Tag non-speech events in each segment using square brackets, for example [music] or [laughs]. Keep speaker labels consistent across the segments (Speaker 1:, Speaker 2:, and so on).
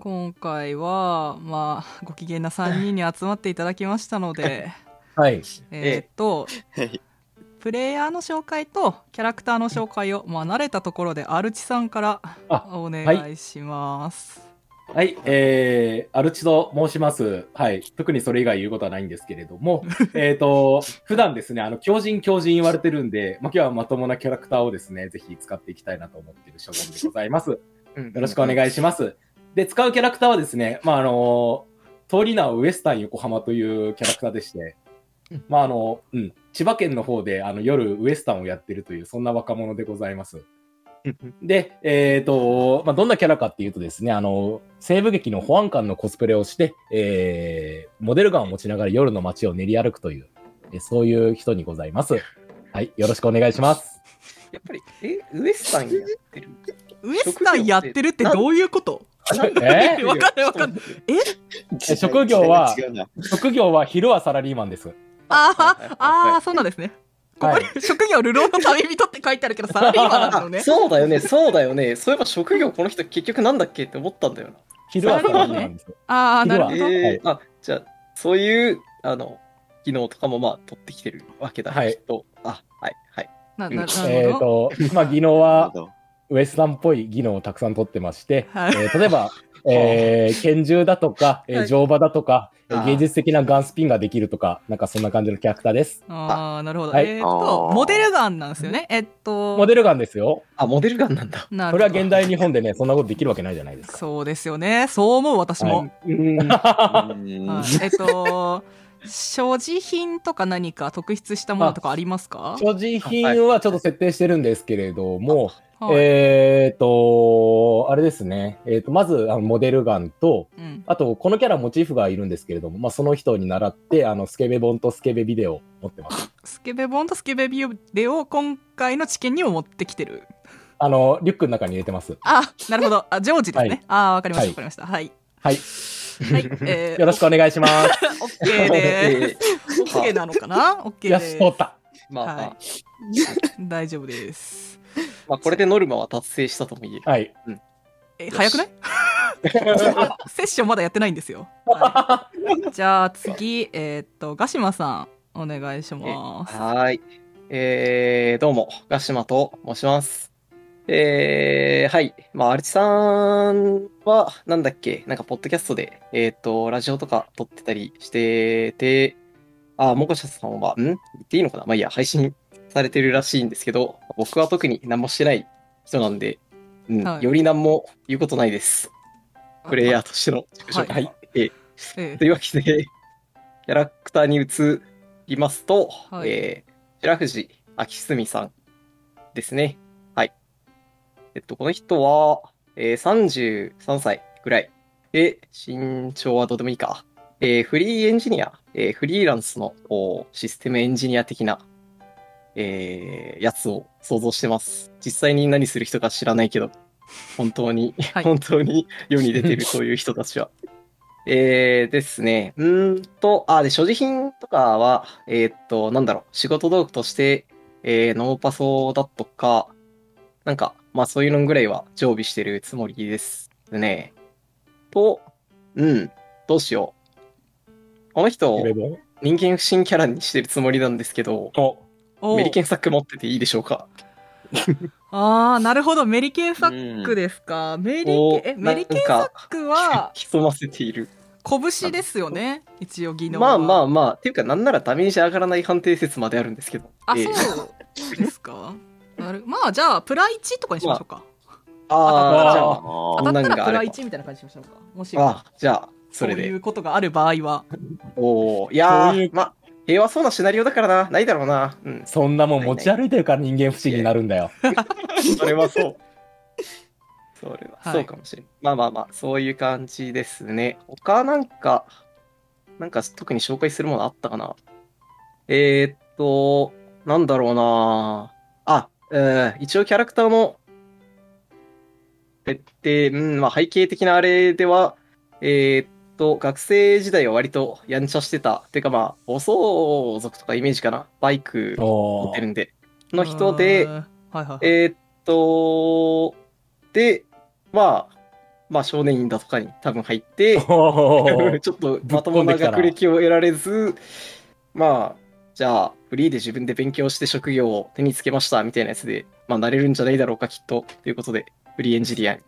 Speaker 1: 今回は、まあ、ご機嫌な3人に集まっていただきましたので、
Speaker 2: はい。
Speaker 1: えーっと、
Speaker 3: はい
Speaker 1: プレイヤーの紹介とキャラクターの紹介を、まあ、慣れたところでアルチさんから
Speaker 2: あ
Speaker 1: お願いします。
Speaker 2: はい、えー、アルチと申します。はい。特にそれ以外言うことはないんですけれど
Speaker 3: [laughs]
Speaker 2: も、えっと、普段ですね、あの、強人強人言われてるんで、まあ、今日はまともなキャラクターをですね、ぜひ使っていきたいなと思っている所存でございます。よ
Speaker 3: よ
Speaker 2: ろしくお願いします。で、使うキャラクターはですね、まあ、あの、通り名はウエスタン横浜というキャラクターでして
Speaker 3: うん、
Speaker 2: まあ、あの、うん、千葉県の方で、あの、夜ウエスタンをやってるという、そんな若者でございます。で、えっ、と、まあ、どんなキャラかっていうとですね、あの、西部劇の保安官のコスプレをして、えー、モデルガンを持ちながら夜の街を練り歩くという、えそういう人にございます。はい、よろしくお願いします。
Speaker 1: [laughs]
Speaker 3: やっぱり、え、ウエスタンやってる。。
Speaker 1: ウエスタンやってるってどういうこと
Speaker 2: え
Speaker 1: わかんないわかんない
Speaker 3: [laughs]
Speaker 2: え職業は職業は昼はサラリーマンです。
Speaker 1: あーあー、そうなんですね。ここ
Speaker 2: は
Speaker 1: に、職業流浪の旅人って書いてあるけど、サラリーマンなんだよね。
Speaker 3: そうだよね、そうだよね。そういえば職業この人結局なんだっけって思ったんだよ
Speaker 2: 昼はサラリーマンです。
Speaker 1: ああ、なる
Speaker 3: な。
Speaker 1: ほ
Speaker 2: え
Speaker 1: ど。
Speaker 3: えー、あ、じゃあ、そういう、あの、技能とかもまあ、取ってきてるわけだ、
Speaker 2: はい
Speaker 3: きっと。あ、はい、はい。
Speaker 1: な [laughs] なな
Speaker 2: え
Speaker 1: る
Speaker 2: っ
Speaker 1: ほど。
Speaker 2: と、まあ、技能は
Speaker 4: ど。
Speaker 2: ウエスタンっぽい技能をたくさん取ってまして、
Speaker 1: はい
Speaker 2: えー例
Speaker 1: [laughs]
Speaker 2: えば、えー拳銃だとか、えー
Speaker 3: はい
Speaker 2: 乗馬だとか、えー
Speaker 3: あー
Speaker 2: 芸術的なガンスピンができるとか、なんかそんな感じのキャラクターです。
Speaker 1: ああ、なるほど。
Speaker 2: はい
Speaker 1: えーっと、
Speaker 4: あー
Speaker 1: モデルガンなんですよね。えっと、
Speaker 2: モデルガンですよ。
Speaker 3: あ、モデルガンなんだ。
Speaker 1: な
Speaker 2: そ
Speaker 1: る
Speaker 2: れは
Speaker 1: ほど
Speaker 2: 現代日本でね、そんなことできるわけないじゃないですか。
Speaker 1: そうですよね。そう思う、私も。
Speaker 3: [laughs] うん。
Speaker 1: はいえっと、所持品とか何か特筆したものとかありますか、
Speaker 2: 所持品はちょっと設定してるんですけれども、
Speaker 1: はい
Speaker 2: えっ、と、あれですね、えー、とまずあのモデルガンと、
Speaker 1: うん、
Speaker 2: あとこのキャラモチーフがいるんですけれども、まあ、その人に習ってあの、スケベ本とスケベビデオを持ってます。
Speaker 1: スケベボンとスケベビデを今回の知見にも持ってきてる。
Speaker 2: あのリュックの中に入れてます。
Speaker 1: あ、なるほど。あ、ジョージですね。
Speaker 2: はい
Speaker 1: あーわかりました。
Speaker 2: はい
Speaker 1: わかりました。はい。
Speaker 2: はい、
Speaker 1: はい。えー、
Speaker 2: [laughs] よろしくお願いします。
Speaker 1: オッケーで
Speaker 3: えー
Speaker 1: す。オッケーなのかなオッケー
Speaker 2: よ
Speaker 1: で
Speaker 2: し、通った。
Speaker 3: まあ、まあ
Speaker 1: はい大丈夫です。
Speaker 3: まあ、これでノルマは達成したとも言える。
Speaker 2: はい。
Speaker 1: え、早くないセッションまだやってないんですよ。はい、じゃあ次、えーっと、ガシマさん、お願いします。
Speaker 3: はーい。えー、どうも、ガシマと申します。えー、はい。まあ、アルチさんは、なんだっけ、なんか、ポッドキャストで、えーっと、ラジオとか撮ってたりしてて、あ、モコシャさんは、ん言っていいのかなまあ、いいや、配信されてるらしいんですけど、僕は特に何もしてない人なんで、うん、
Speaker 1: はい
Speaker 3: より何も言うことないです。プレイヤーとしての自己紹介。
Speaker 1: はい
Speaker 3: えー
Speaker 1: え
Speaker 3: [laughs] というわけで、キャラクターに移りますと、
Speaker 1: はい
Speaker 3: えー白藤明澄さんですね。はい。えっと、この人は、えー33歳ぐらい。で、身長はどうでもいいか。えーフリーエンジニア、えーフリーランスのおーシステムエンジニア的な、えーやつを想像してます。実際に何する人か知らないけど、本当に、
Speaker 1: はい
Speaker 3: 本当に世に出てるそういう人たち [laughs] は。えーですね。うーんと、あ、で、所持品とかは、えーっと、なんだろう、仕事道具として、えーノーパソだとか、なんか、まあそういうのぐらいは常備してるつもりですね。と、うん、どうしよう。この人
Speaker 2: スケ、ベ本
Speaker 3: 人間不信キャラにしてるつもりなんですけど、
Speaker 2: お
Speaker 1: お
Speaker 3: メリケンサック持ってていいでしょうか
Speaker 1: ああ、なるほど。メリケンサック
Speaker 4: ク
Speaker 1: ですか。メリ
Speaker 3: お
Speaker 1: ケン、えメリケンサックは
Speaker 3: [laughs] 潜ませている。
Speaker 1: 拳ですよね。一応技能
Speaker 3: まあまあ
Speaker 1: あ。
Speaker 3: まあ、っていうかなんならダメージ上がらない判定説まであるんですけど。
Speaker 1: あ、
Speaker 3: えー
Speaker 1: そうですか。なるまあじゃあ、プラ1とかにしましょうか。
Speaker 3: ああ、じゃあ、
Speaker 4: あ
Speaker 1: 当
Speaker 3: ま
Speaker 1: たった
Speaker 3: あなん
Speaker 1: ら
Speaker 3: か
Speaker 1: プ
Speaker 3: あれ
Speaker 1: ラ
Speaker 3: ば
Speaker 1: 1みたいな感じにしましょうか。もし、
Speaker 3: あじゃあ、そ
Speaker 1: そう
Speaker 3: れ
Speaker 1: い
Speaker 3: で。
Speaker 1: うことがある場合は。
Speaker 3: おおいや
Speaker 2: そういう
Speaker 3: ー、まあ、平和そうなシナリオだからな。ないだろうな。うん。
Speaker 2: そんなもん持ち歩いてるから人間不思議になるんだよ。
Speaker 3: [laughs] それはそう。それは、
Speaker 1: はい
Speaker 3: そうかもしれん。まあまあまあ、そういう感じですね。他なんか、なんか特に紹介するものあったかな。えー、っと、なんだろうなあ、うん、一応キャラクターの設定、うん、まあ背景的なあれでは、えー、っと、学生時代は割とやんちゃしてた。てかまあ、暴走族とかイメージかな。バイク持
Speaker 2: お
Speaker 3: って
Speaker 2: ー
Speaker 3: るんで。の人で、
Speaker 1: あーはいはいはい。
Speaker 3: えーっと、で、まあ、まあ少年院だとかに多分入って、
Speaker 2: お
Speaker 3: [laughs]
Speaker 2: ー
Speaker 3: ちょっとまともな学歴を得られず、まあ、じゃあ、フリーで自分で勉強して職業を手につけましたみたいなやつで、まあ、なれるんじゃないだろうか、きっと。ということで、フリーエンジニアに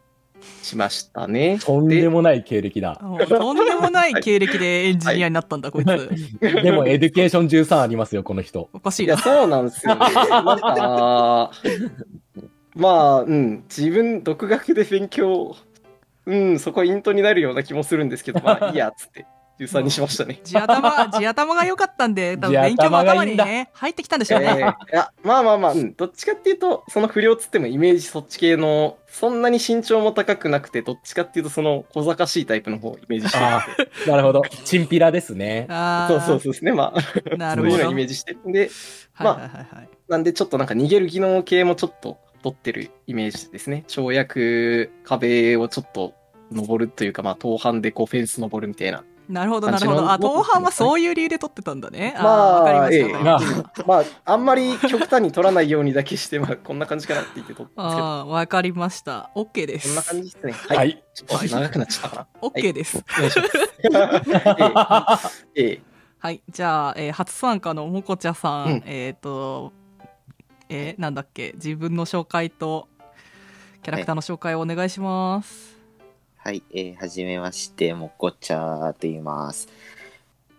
Speaker 3: しましたね。
Speaker 2: とんでもない経歴だ。
Speaker 1: もうとんでもない経歴でエンジニアになったんだ、こいつ。
Speaker 2: でも、エデュケーション13ありますよ、この人。
Speaker 1: おかし
Speaker 3: い
Speaker 1: いな
Speaker 3: や、。そうなんです [laughs] よね。なんか、まあ、うん、自分、独学で勉強、うん、そこはイントになるような気もするんですけど、 [laughs] まあ、いいや、つって、13にしましたね。
Speaker 1: 地頭、地頭が良かったんで、多分勉強も頭に
Speaker 2: 地頭がい
Speaker 1: ね、入ってきたんでし
Speaker 3: [laughs]
Speaker 1: ょ
Speaker 3: え
Speaker 1: うね。
Speaker 3: ーいやまあまあまあ、うんどっちかっていうとその不良っつってもイメージそっち系のそんなに身長も高くなくてどっちかっていうとその小賢しいタイプの方をイメージしてる
Speaker 2: ああ、なるほど。チンピラですね。
Speaker 1: あ
Speaker 3: そうそう
Speaker 1: そ
Speaker 3: そうですねまあ
Speaker 1: う。な
Speaker 3: そ
Speaker 1: る
Speaker 3: うい
Speaker 1: ほ
Speaker 3: う
Speaker 1: ど。
Speaker 3: の
Speaker 1: は
Speaker 3: をイ
Speaker 1: い
Speaker 3: メージしてるんで
Speaker 1: はいはいはい。
Speaker 3: なんでちょっとなんか逃げる技能系もちょっと取ってるイメージですね跳躍壁をちょっと登るというかまあ登板でこうフェンス登るみたいな
Speaker 1: なるほど、な
Speaker 3: 感
Speaker 1: るほ
Speaker 3: じの
Speaker 1: ど。あ、東半はそういう理由で撮ってたんだね。
Speaker 3: まあ
Speaker 1: あー、わかりました。わかりました
Speaker 3: まああんまり極端に取らないようにだけしてまあこんな感じかなって言って取ったんですけど
Speaker 1: あー、わかりました。OK で
Speaker 3: こんな
Speaker 1: す
Speaker 3: 感。じですねはい、
Speaker 2: はい。
Speaker 3: ちょっと長くなっちゃったかな
Speaker 1: OK です。
Speaker 3: お願いしますええ
Speaker 2: [laughs]
Speaker 3: ええ
Speaker 1: はい、じゃあ、えー初参加のもこちゃさん、
Speaker 3: うん
Speaker 1: えっ、と、えーなんだっけ、自分の紹介とキャラクターの紹介をお願いします。
Speaker 4: はい、えー、はじめまして、もこちゃと言います。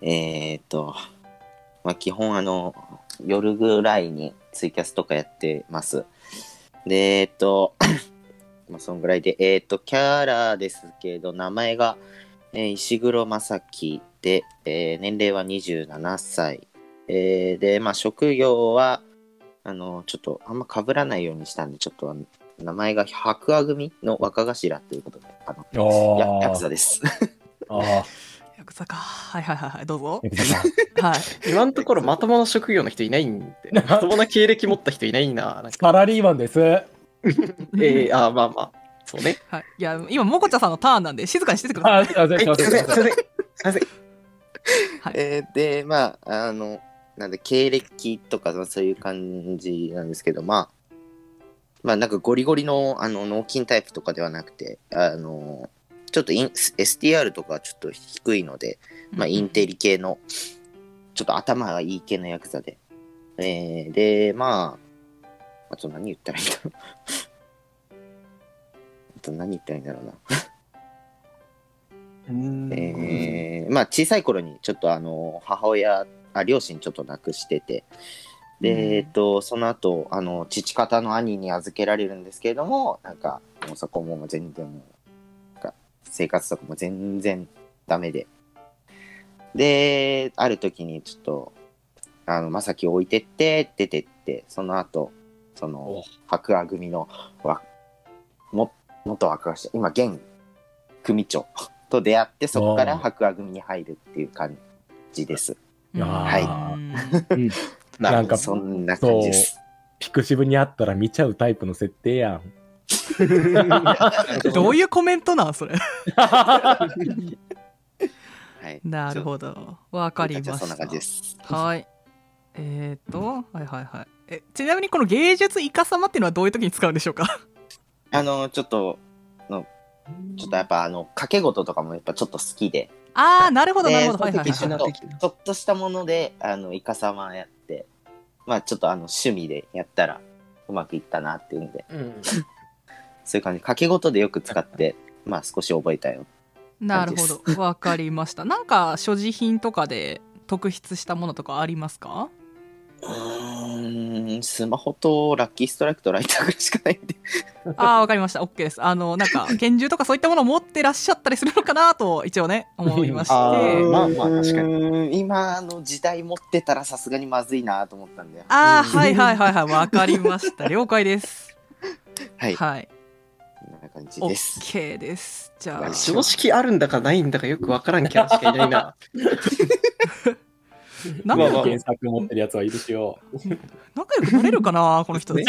Speaker 4: えー、っと、まあ、基本あの、夜ぐらいにツイキャスとかやってます。で、えーっと、 [coughs] まあ、そんぐらいで、えーっと、キャラですけど、名前が、えー石黒正樹で、えー年齢は27歳。えーで、まあ、職業は、あの、ちょっと、あんま被らないようにしたんで、ちょっとあの、名前が白亜組の若頭ということで、あの、
Speaker 2: お
Speaker 4: やヤク
Speaker 2: ー
Speaker 4: ザです。
Speaker 2: あー
Speaker 1: ヤクザか。はいはいはいはい、どうぞ。
Speaker 2: ヤクザさん
Speaker 1: はい。
Speaker 3: 今のところまともな職業の人いないんで、まともな経歴持った人いないな。なんか
Speaker 2: サラリーマンです。
Speaker 3: ええあまあまあ、そうね。
Speaker 1: はい、いや、今、もこちゃさんのターンなんで、静かにしててください。
Speaker 2: あー、すいません、すいませんすいません。
Speaker 3: いません。
Speaker 4: [laughs] えーで、まあ、あの、なんで、経歴とか、まあそういう感じなんですけど、まあ、まあ、なんかゴリゴリの、あの、脳筋タイプとかではなくて、あの、ちょっとイン STR とかはちょっと低いので、まあ、インテリ系の、ちょっと頭がいい系のヤクザで。えーで、まあ、あと何言ったらいいんだろう。 [laughs] あと何言ったらいいんだろうな。えーまあ小さい頃にちょっとあの母親あ両親ちょっと亡くしててで、
Speaker 1: うん
Speaker 4: えっとその後あの父方の兄に預けられるんですけれどもなんかもうそこも全然もうなんか生活とかも全然ダメでである時にちょっとあの正樹を置いてって出てってその後その
Speaker 3: お
Speaker 4: 白亜組のわも元若頭今現組長と出会ってそこから白亜組に入るっていう感じです。
Speaker 1: うん
Speaker 4: はい
Speaker 1: うん
Speaker 2: な
Speaker 3: なんん
Speaker 2: か
Speaker 3: か、
Speaker 4: そんな感じです。
Speaker 2: ピクシブにあったら見ちゃうタイプの設定やん。
Speaker 1: どういうコメントなん、それ。
Speaker 4: [laughs] はい。
Speaker 1: なるほど。わかりました。
Speaker 4: そんな感じです。
Speaker 1: はい。えっ、ー、と、はいはいはい。え、ちなみにこの芸術イカ様っていうのはどういう時に使うんでしょうか
Speaker 4: あのちょっとのちょっとやっぱあの掛け事とかもやっぱちょっと好きで、
Speaker 1: ああ、なるほど、なるほど。
Speaker 4: ね
Speaker 1: はいはい
Speaker 4: そ
Speaker 1: は
Speaker 4: の時
Speaker 1: い。
Speaker 4: ちょっとちょっとしたものであのイカ様やって、まあちょっとあの趣味でやったらうまくいったなっていうので、そういう感じ掛け事でよく使って、まあ少し覚えたよ。
Speaker 1: なるほど。わかりました。なんか、所持品とかで特筆したものとかあります
Speaker 4: [laughs]
Speaker 1: か
Speaker 4: うーん、スマホとラッキーストライクとライターぐらいしかないんで。
Speaker 1: ああ、わかりました。OK です。あの、なん
Speaker 4: [laughs]
Speaker 1: か、拳銃とかそういったものを持ってらっしゃったりするのかなと、一応ね、思いまし
Speaker 3: あ
Speaker 1: て
Speaker 3: ー。まあまあ確かに
Speaker 4: に。今の時代持ってたらさすがにまずいなと思ったんで。
Speaker 1: ああ、
Speaker 4: うん
Speaker 1: はいはいはいはい。わかりま
Speaker 4: [laughs]
Speaker 1: した。了解です。
Speaker 4: はい。こ
Speaker 1: はい。
Speaker 4: んな感じです。
Speaker 1: OK です。じゃあ。
Speaker 3: 常識あるんだかないんだかよくわからんキャラしかいないな。
Speaker 1: なん
Speaker 3: まあまあ
Speaker 1: か
Speaker 2: 原作持ってるやつはいるしよ。
Speaker 1: 仲良くなれるかな、この人た
Speaker 4: [laughs]
Speaker 1: ち。
Speaker 3: [laughs]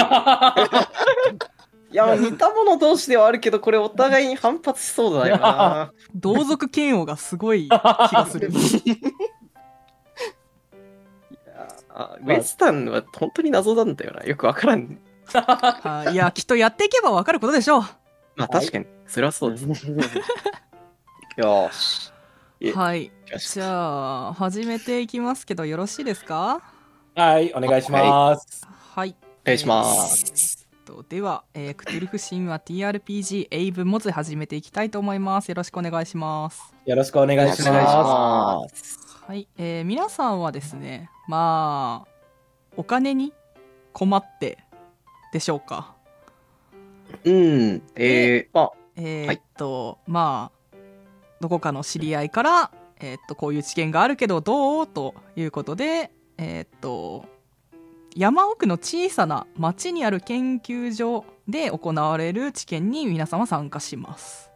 Speaker 3: いや、似た者同士ではあるけど、これお互いに反発しそう [laughs] だよな。
Speaker 1: 同族嫌悪がすごい気が
Speaker 4: [laughs]
Speaker 1: する。
Speaker 3: あウエスタンは本当に謎なんだよな。よくわからん。
Speaker 1: はいいや、きっとやっていけばわかることでしょう。
Speaker 3: まあ確かに、それはそうです。よ [laughs] ーし。え
Speaker 1: はい。
Speaker 3: よし
Speaker 1: じゃあ、始めていきますけど、よろしいですか
Speaker 2: はい、お願いします。
Speaker 1: はい。
Speaker 3: お願いします。
Speaker 1: えーっとでは、えークトゥルフ神話 TRPG エイブモズ始めていきたいと思います。よろしくお願いします。
Speaker 2: よろしくお願いし
Speaker 4: お願いし
Speaker 2: ま
Speaker 1: はい、えー皆さんはですね、まあ、お金に困ってでしょうか。
Speaker 3: うん。えー、まあ、
Speaker 1: えーっと、まあ、どこかの知り合いから、えーっと、こういう知見があるけどどうということで、えーっと、山奥の小さな町にある研究所で行われる知見に皆さんは参加します。
Speaker 2: す。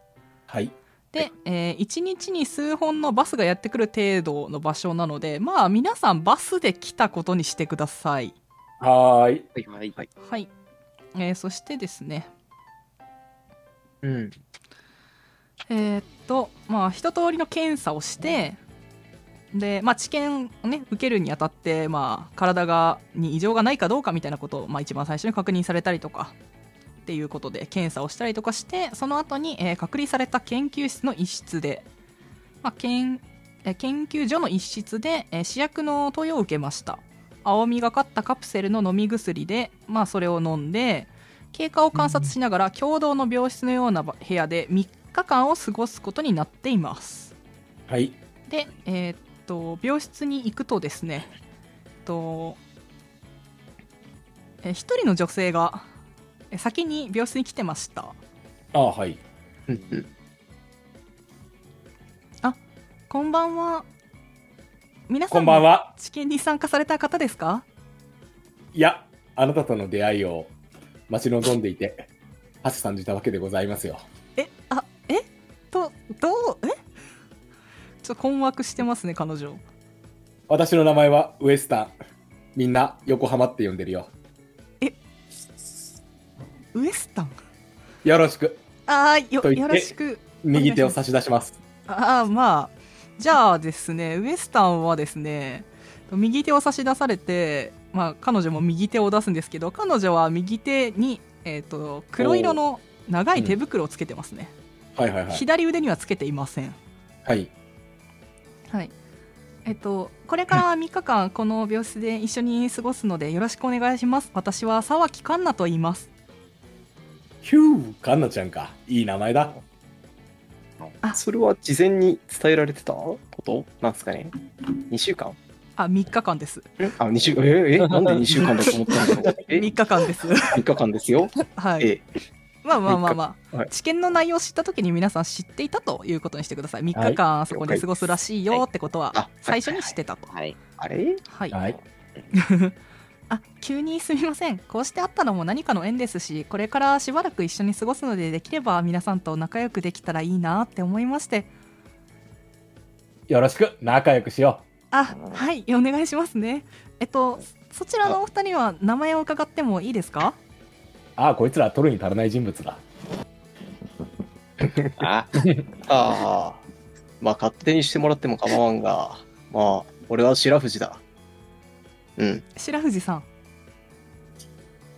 Speaker 2: はい。
Speaker 1: で、え1日に数本のバスがやってくる程度の場所なので、まあ皆さんバスで来たことにしてください。
Speaker 2: はーい。
Speaker 4: はい
Speaker 3: はい。
Speaker 1: はい。えーそしてですね、
Speaker 3: うん。
Speaker 1: えーっとまあ一通りの検査をしてでまあ治験をね受けるにあたってまあ体がに異常がないかどうかみたいなことを、まあ、一番最初に確認されたりとかっていうことで検査をしたりとかしてその後に、えー隔離された研究室の一室で、まあ、研えー研究所の一室で、えー試薬の投与を受けました青みがかったカプセルの飲み薬で、まあ、それを飲んで経過を観察しながら共同の病室のようなば部屋で3日間を過ごすことになっています
Speaker 2: はい。
Speaker 1: で、えーっと病室に行くとですね、えっとえー一人の女性がえー先に病室に来てました
Speaker 2: あーはい。
Speaker 3: うんうん
Speaker 1: こんばんは皆さ
Speaker 2: こんばんは。
Speaker 1: 治験に参加された方ですか
Speaker 2: いや、あなたとの出会いを待ち望んでいて、ハスさんじたわけでございますよ。
Speaker 1: えあえとどうえちょっと困惑してますね彼女
Speaker 2: 私の名前はウエスタン。みんな横浜って呼んでるよ。
Speaker 1: ウエスタン
Speaker 2: よろしく。
Speaker 1: あーよ
Speaker 2: と言っ
Speaker 1: よ
Speaker 2: て
Speaker 1: ろしく
Speaker 2: 右手を差し出します。
Speaker 1: ああまあじゃあですねウエスタンはですね右手を差し出されて、まあ、彼女も右手を出すんですけど彼女は右手に、えー、と黒色の長い手袋をつけてますね、
Speaker 2: はいはいはい。
Speaker 1: 左腕にはつけていません
Speaker 2: はい。
Speaker 1: はいえっと、これから3日間この病室で一緒に過ごすのでよろしくお願いします私は沢木環奈と言います
Speaker 2: ヒュー、カンナちゃんか。いい名前だ。
Speaker 3: それは事前に伝えられてたことなんですかね ?2 週間
Speaker 1: あ3日間です
Speaker 3: えあ、2週間。ええなんで2週間だと思ったんだ
Speaker 1: [laughs]
Speaker 3: ろう。え、
Speaker 1: 3
Speaker 3: 3
Speaker 1: 日間
Speaker 2: [laughs]
Speaker 1: です
Speaker 3: 日間ですよ。
Speaker 1: はい
Speaker 3: え、
Speaker 1: まあまあまあまあ、
Speaker 3: はい
Speaker 1: 知見の内容を知った時に皆さん知っていたということにしてください3日間あそこで過ごすらしいよってことは
Speaker 3: はい
Speaker 1: 最初に知ってたと
Speaker 4: はい。
Speaker 3: あれ
Speaker 1: はい、
Speaker 2: はい。
Speaker 1: あ急にすみませんこうして会ったのも何かの縁ですしこれからしばらく一緒に過ごすのでできれば皆さんと仲良くできたらいいなって思いまして
Speaker 2: よろしく。仲良くしよ
Speaker 1: あはいお願いしますねえっとそちらのお二人は名前を伺ってもいいですか
Speaker 2: う。ああ、こいつら取るに足らない人物だ。
Speaker 3: あ
Speaker 4: あ、
Speaker 3: あ。まあ、勝手にしてもらっても構わんが、まあ、俺は白藤だ。うん。
Speaker 1: 白藤さん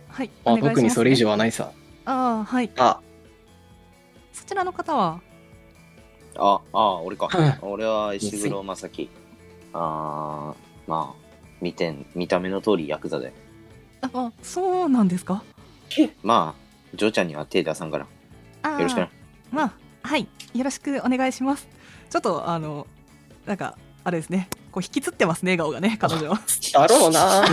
Speaker 1: はい、
Speaker 3: ま
Speaker 1: お願いします、
Speaker 3: あ、
Speaker 1: ね、
Speaker 3: 特にそれ以上はないさ。
Speaker 1: ああはい
Speaker 3: [laughs] あ、
Speaker 1: そちらの方は
Speaker 4: あ、あ、俺か
Speaker 3: はい。
Speaker 4: 俺は石黒正樹。あー、まあ、見てん、見た目の通りヤクザだよ。
Speaker 1: ああそうなんですか
Speaker 4: まあ、ジョーちゃんには手出さんから。よ
Speaker 1: ああ
Speaker 4: ろしくな。
Speaker 1: まあはいよろしくお願いしますちょっとあのなんかあれですねこう引きつってますね顔がね彼女
Speaker 3: だろうな。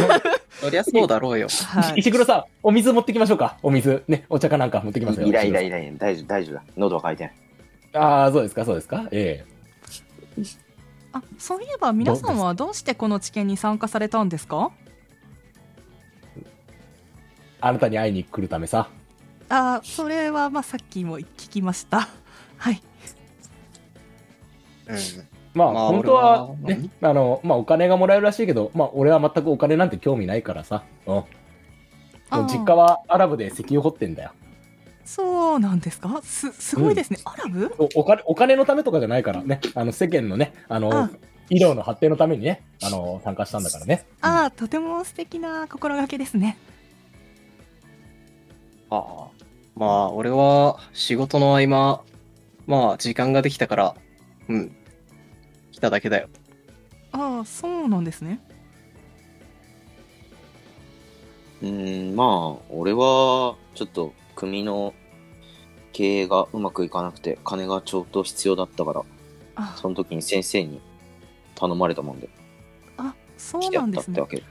Speaker 3: そりゃそうだろうよ。
Speaker 1: は
Speaker 2: 石
Speaker 1: い
Speaker 2: 黒さん、お水持ってきましょうか。お水。ね、お茶かなんか持ってきますよ。
Speaker 4: イライライライラ。大丈夫、大丈夫だ。喉は渇いてない。
Speaker 2: ああ、そうですか、そうですか。え
Speaker 1: あそういえば皆さんはどうしてこの治験に参加されたんですか
Speaker 2: えあなたに会いに来るためさ。
Speaker 1: あそれはまあさっきも聞きましたはい
Speaker 3: うん。
Speaker 2: まあ、
Speaker 3: まあ
Speaker 2: 本当は、
Speaker 3: 俺は
Speaker 2: ね、あの、まあ、お金がもらえるらしいけど、まあ、俺は全くお金なんて興味ないからさ。うん。
Speaker 1: あー
Speaker 2: 実家はアラブで石油掘ってんだよ。
Speaker 1: そうなんですかすすごいですね、アラブ
Speaker 2: おお金、お金のためとかじゃないからね。あの、世間のね、あの、
Speaker 1: あ
Speaker 2: 医療の発展のためにね、あの、参加したんだからね。
Speaker 1: ああとても素敵な心がけですね
Speaker 3: ああ。まあ、俺は仕事の合間、まあ、時間ができたから、うん、来ただけだよ。
Speaker 1: ああそうなんですね
Speaker 4: うーん、まあ、俺は、ちょっと、組の経営がうまくいかなくて、金がちょうど必要だったから、
Speaker 1: あ
Speaker 4: その時に先生に頼まれたもんで、
Speaker 1: あそ
Speaker 4: 来
Speaker 1: う
Speaker 4: てや
Speaker 1: な
Speaker 4: っ
Speaker 1: んで
Speaker 4: たっ
Speaker 1: す
Speaker 4: て
Speaker 1: ね
Speaker 4: わけ。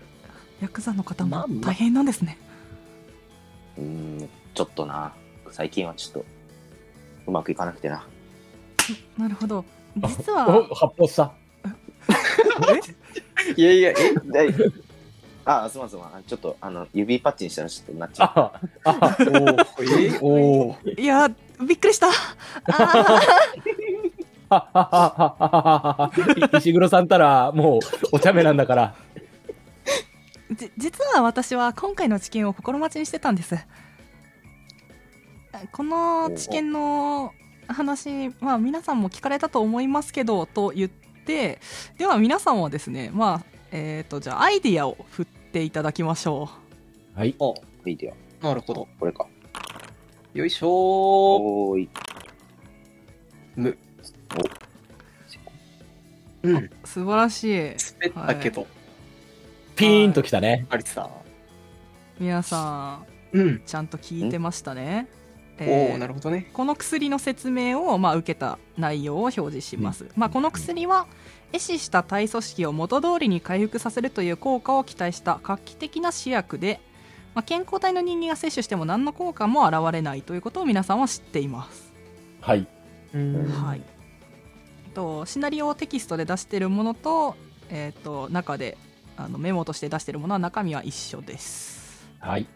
Speaker 1: ヤクザの方
Speaker 3: ま
Speaker 1: も
Speaker 3: あまあ
Speaker 1: 大変なんですね
Speaker 4: うーん、ちょっとな、最近はちょっと、うまくいかなく
Speaker 2: [laughs]
Speaker 4: てな。
Speaker 1: なるほど実は
Speaker 2: お発砲した。
Speaker 1: [laughs]
Speaker 3: いやいや、え
Speaker 4: だいああ、すまんすまん。ちょっと、あの、指パッチンしたらちょっとなっちゃう。
Speaker 2: ああ、
Speaker 3: おーえ
Speaker 2: おお。
Speaker 1: いやびっくりしたああ
Speaker 2: 石黒さんたらもうお茶目なんだから。
Speaker 1: じ実は私は今回の知見を心待ちにしてたんですこの知見の話まあ皆さんも聞かれたと思いますけどと言ってでは皆さんはですねまあえっ、とじゃあアイディアを振っていただきましょ
Speaker 2: はい。
Speaker 3: あ、
Speaker 4: いいでよ。
Speaker 3: なるほど。
Speaker 4: これか。
Speaker 3: よいしょー。
Speaker 4: おーい。
Speaker 3: む。う
Speaker 4: お
Speaker 3: ん、
Speaker 1: う素晴らしい
Speaker 3: 滑ったけど、
Speaker 2: ピーンときたね。
Speaker 3: ありてた。
Speaker 1: 皆さん
Speaker 3: うん。
Speaker 1: ちゃんと聞いてましたね
Speaker 3: お
Speaker 1: えー
Speaker 3: ー、なるほどね。
Speaker 1: この薬の説明を、まあ、受けた内容を表示します、まあ、この薬は壊死した体組織を元通りに回復させるという効果を期待した画期的な試薬で、まあ、健康体の人間が摂取しても何の効果も現れないということを皆さんは知っています、
Speaker 2: はい。
Speaker 3: うん
Speaker 1: はい、とシナリオをテキストで出しているものと,、えー、と中であのメモとして出しているものは中身は一緒です
Speaker 2: はい。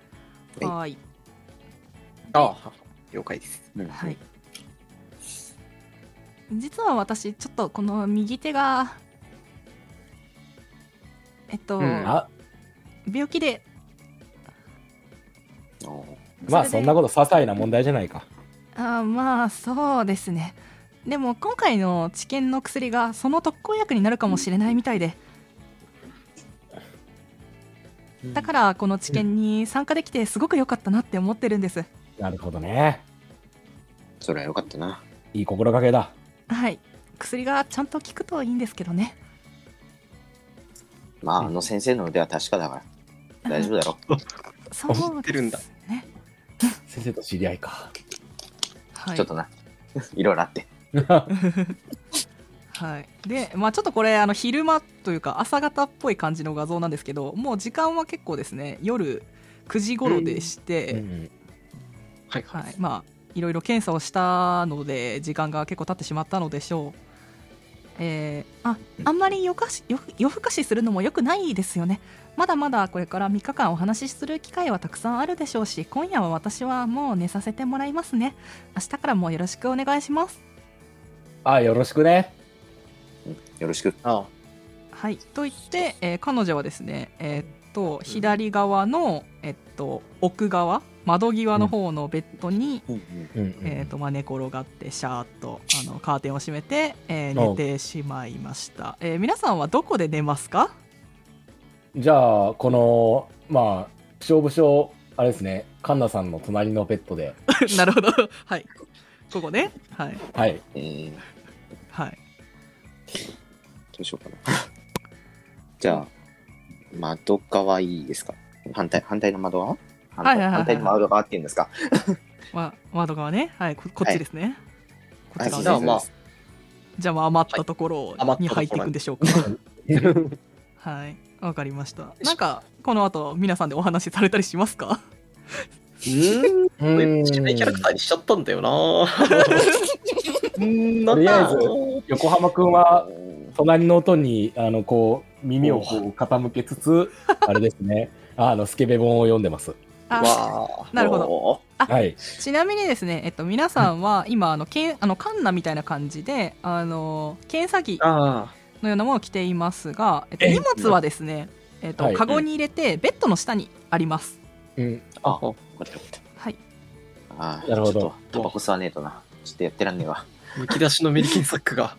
Speaker 4: は
Speaker 1: は
Speaker 4: い
Speaker 1: い
Speaker 3: あー了解です。
Speaker 4: うん
Speaker 1: はい。実は私ちょっとこの右手がえっと、
Speaker 3: うん
Speaker 2: あ、
Speaker 1: 病気で
Speaker 4: おー
Speaker 2: まあそんな
Speaker 1: こ
Speaker 2: こと些細な問題じゃないか。
Speaker 1: とあまあそうですねでも今回の治験の薬がその特効薬になるかもしれないみたいでだからこの治験に参加できてすごく良かったなって思ってるんです
Speaker 2: なるほどね。
Speaker 4: それはよかったな。
Speaker 2: いい心がけだ。
Speaker 1: はい薬がちゃんと効くといいんですけどね
Speaker 4: まあ、あの先生の腕は確か
Speaker 1: [laughs]
Speaker 4: だから、大丈夫だろ。
Speaker 1: そうですね
Speaker 3: 知ってるんだ
Speaker 2: 先生と知り合い [laughs] か。
Speaker 1: はい
Speaker 4: ちょっとな。 [laughs] いろいろあって。
Speaker 1: はい、で、まあ、ちょっとこれあの昼間というか朝方っぽい感じの画像なんですけどもう時間は結構ですね夜9時頃でして、
Speaker 2: うん
Speaker 3: はい。
Speaker 1: はいまあ、いろいろ検査をしたので時間が結構経ってしまったのでしょう、えーああんまり夜かし夜夜更かしするのも良くないですよねまだまだこれから3日間お話しする機会はたくさんあるでしょうし今夜は私はもう寝させてもらいますね明日からもよろしくお願いします
Speaker 2: あ、よろしくね。
Speaker 4: よろしく。
Speaker 3: あ
Speaker 1: はい、と言って、えー彼女はですね、えーっと左側の、えっと奥側窓際の方のベッドに、
Speaker 2: うんうん
Speaker 1: えーっとまあ、寝転がってシャーッとあのカーテンを閉めて、えー
Speaker 2: おう
Speaker 1: 寝てしまいました、えー皆さんはどこで寝ますか
Speaker 2: じゃあ、この、まあ、勝負所、あれですね、カンナさんの隣のベッドで。
Speaker 1: なるほどはいここねはい
Speaker 2: はい。
Speaker 4: えー、ど
Speaker 1: はい、
Speaker 4: うしようかな。じゃあ、窓側いいですか反対、反対の窓側反
Speaker 1: はい
Speaker 4: 対
Speaker 1: はいはいはい
Speaker 4: 反対の窓側って言うんですか
Speaker 1: まあ、窓側ねはいここっちですね、こっ
Speaker 4: はい
Speaker 1: ち
Speaker 4: そ
Speaker 1: 側
Speaker 4: う
Speaker 1: ね
Speaker 3: あまあ
Speaker 4: ですそうで
Speaker 1: じゃあまあ余ったところ
Speaker 3: 余った
Speaker 1: に
Speaker 3: とこ
Speaker 1: 入
Speaker 3: ろ
Speaker 1: っていくんでしょうか
Speaker 2: [laughs]
Speaker 3: ー
Speaker 1: はいわかりましたなんかこの後皆さんでお話しされたりしますか
Speaker 3: うん。
Speaker 2: う
Speaker 3: これ
Speaker 2: ーん
Speaker 3: 知らないキャラクターにしちゃったんだよなうん、なんだろう
Speaker 2: 横浜くんは、隣の音に、あの、こう、耳をこう傾けつつ、あれですね、あの、スケベ本を読んでます。
Speaker 1: あ
Speaker 3: わ
Speaker 1: なるほど
Speaker 4: ど。
Speaker 2: はい。
Speaker 1: ちなみにですね、えっと、皆さんは今あのけんあのカンナみたいな感じであの検査着
Speaker 3: ああ
Speaker 1: のようなものを着ていますが、えっと、
Speaker 2: え
Speaker 1: 荷物はですね、えっと
Speaker 2: はい
Speaker 1: カゴに入れてベッドの下にあります。
Speaker 2: [laughs] うん。
Speaker 4: あ、わかったわかっ
Speaker 1: はい、
Speaker 4: た。ああ、
Speaker 2: なるほど
Speaker 4: ちょっとタバコ吸わねえとな。ちょっとやってらんねえわ。
Speaker 3: むき出しのメリケンサックが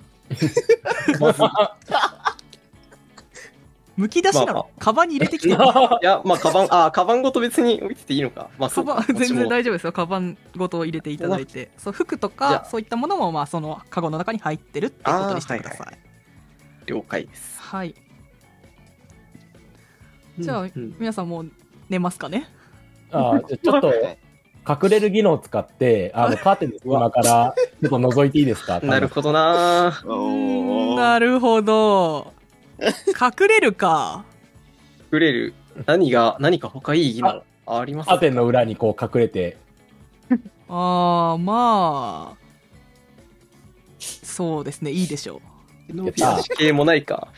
Speaker 1: むき出しな
Speaker 3: まあ
Speaker 1: のカバンに入れてきて
Speaker 3: [laughs] いや、まあ、カバン、あ、カバンごと別に置いてていいのか。まあ、そ
Speaker 1: カ
Speaker 3: うか
Speaker 1: バン。
Speaker 3: こっち
Speaker 1: 全
Speaker 3: も
Speaker 1: 然大丈夫ですよカバンごと入れていただいてそう服と
Speaker 3: じ
Speaker 1: か
Speaker 3: ゃあ
Speaker 1: そういったものもまあそのカゴの中に入ってるってことにしてください
Speaker 3: あーはい了解です。
Speaker 1: はい、じゃあ
Speaker 3: うんうん
Speaker 1: 皆さんもう寝ますかね
Speaker 2: あーじゃあちょっと
Speaker 4: はい
Speaker 2: 隠れる技能を使って、あの、カーテンの隙間から、ちょっと覗いていいですか
Speaker 3: なるほどな
Speaker 4: おー
Speaker 1: なるほど隠れるか
Speaker 3: くれる。何が、何か他いい技能あります
Speaker 2: カー
Speaker 3: か
Speaker 2: テンの裏にこう隠れて、
Speaker 1: ああまあそうですねいいでしょう
Speaker 3: ノビア系もないか。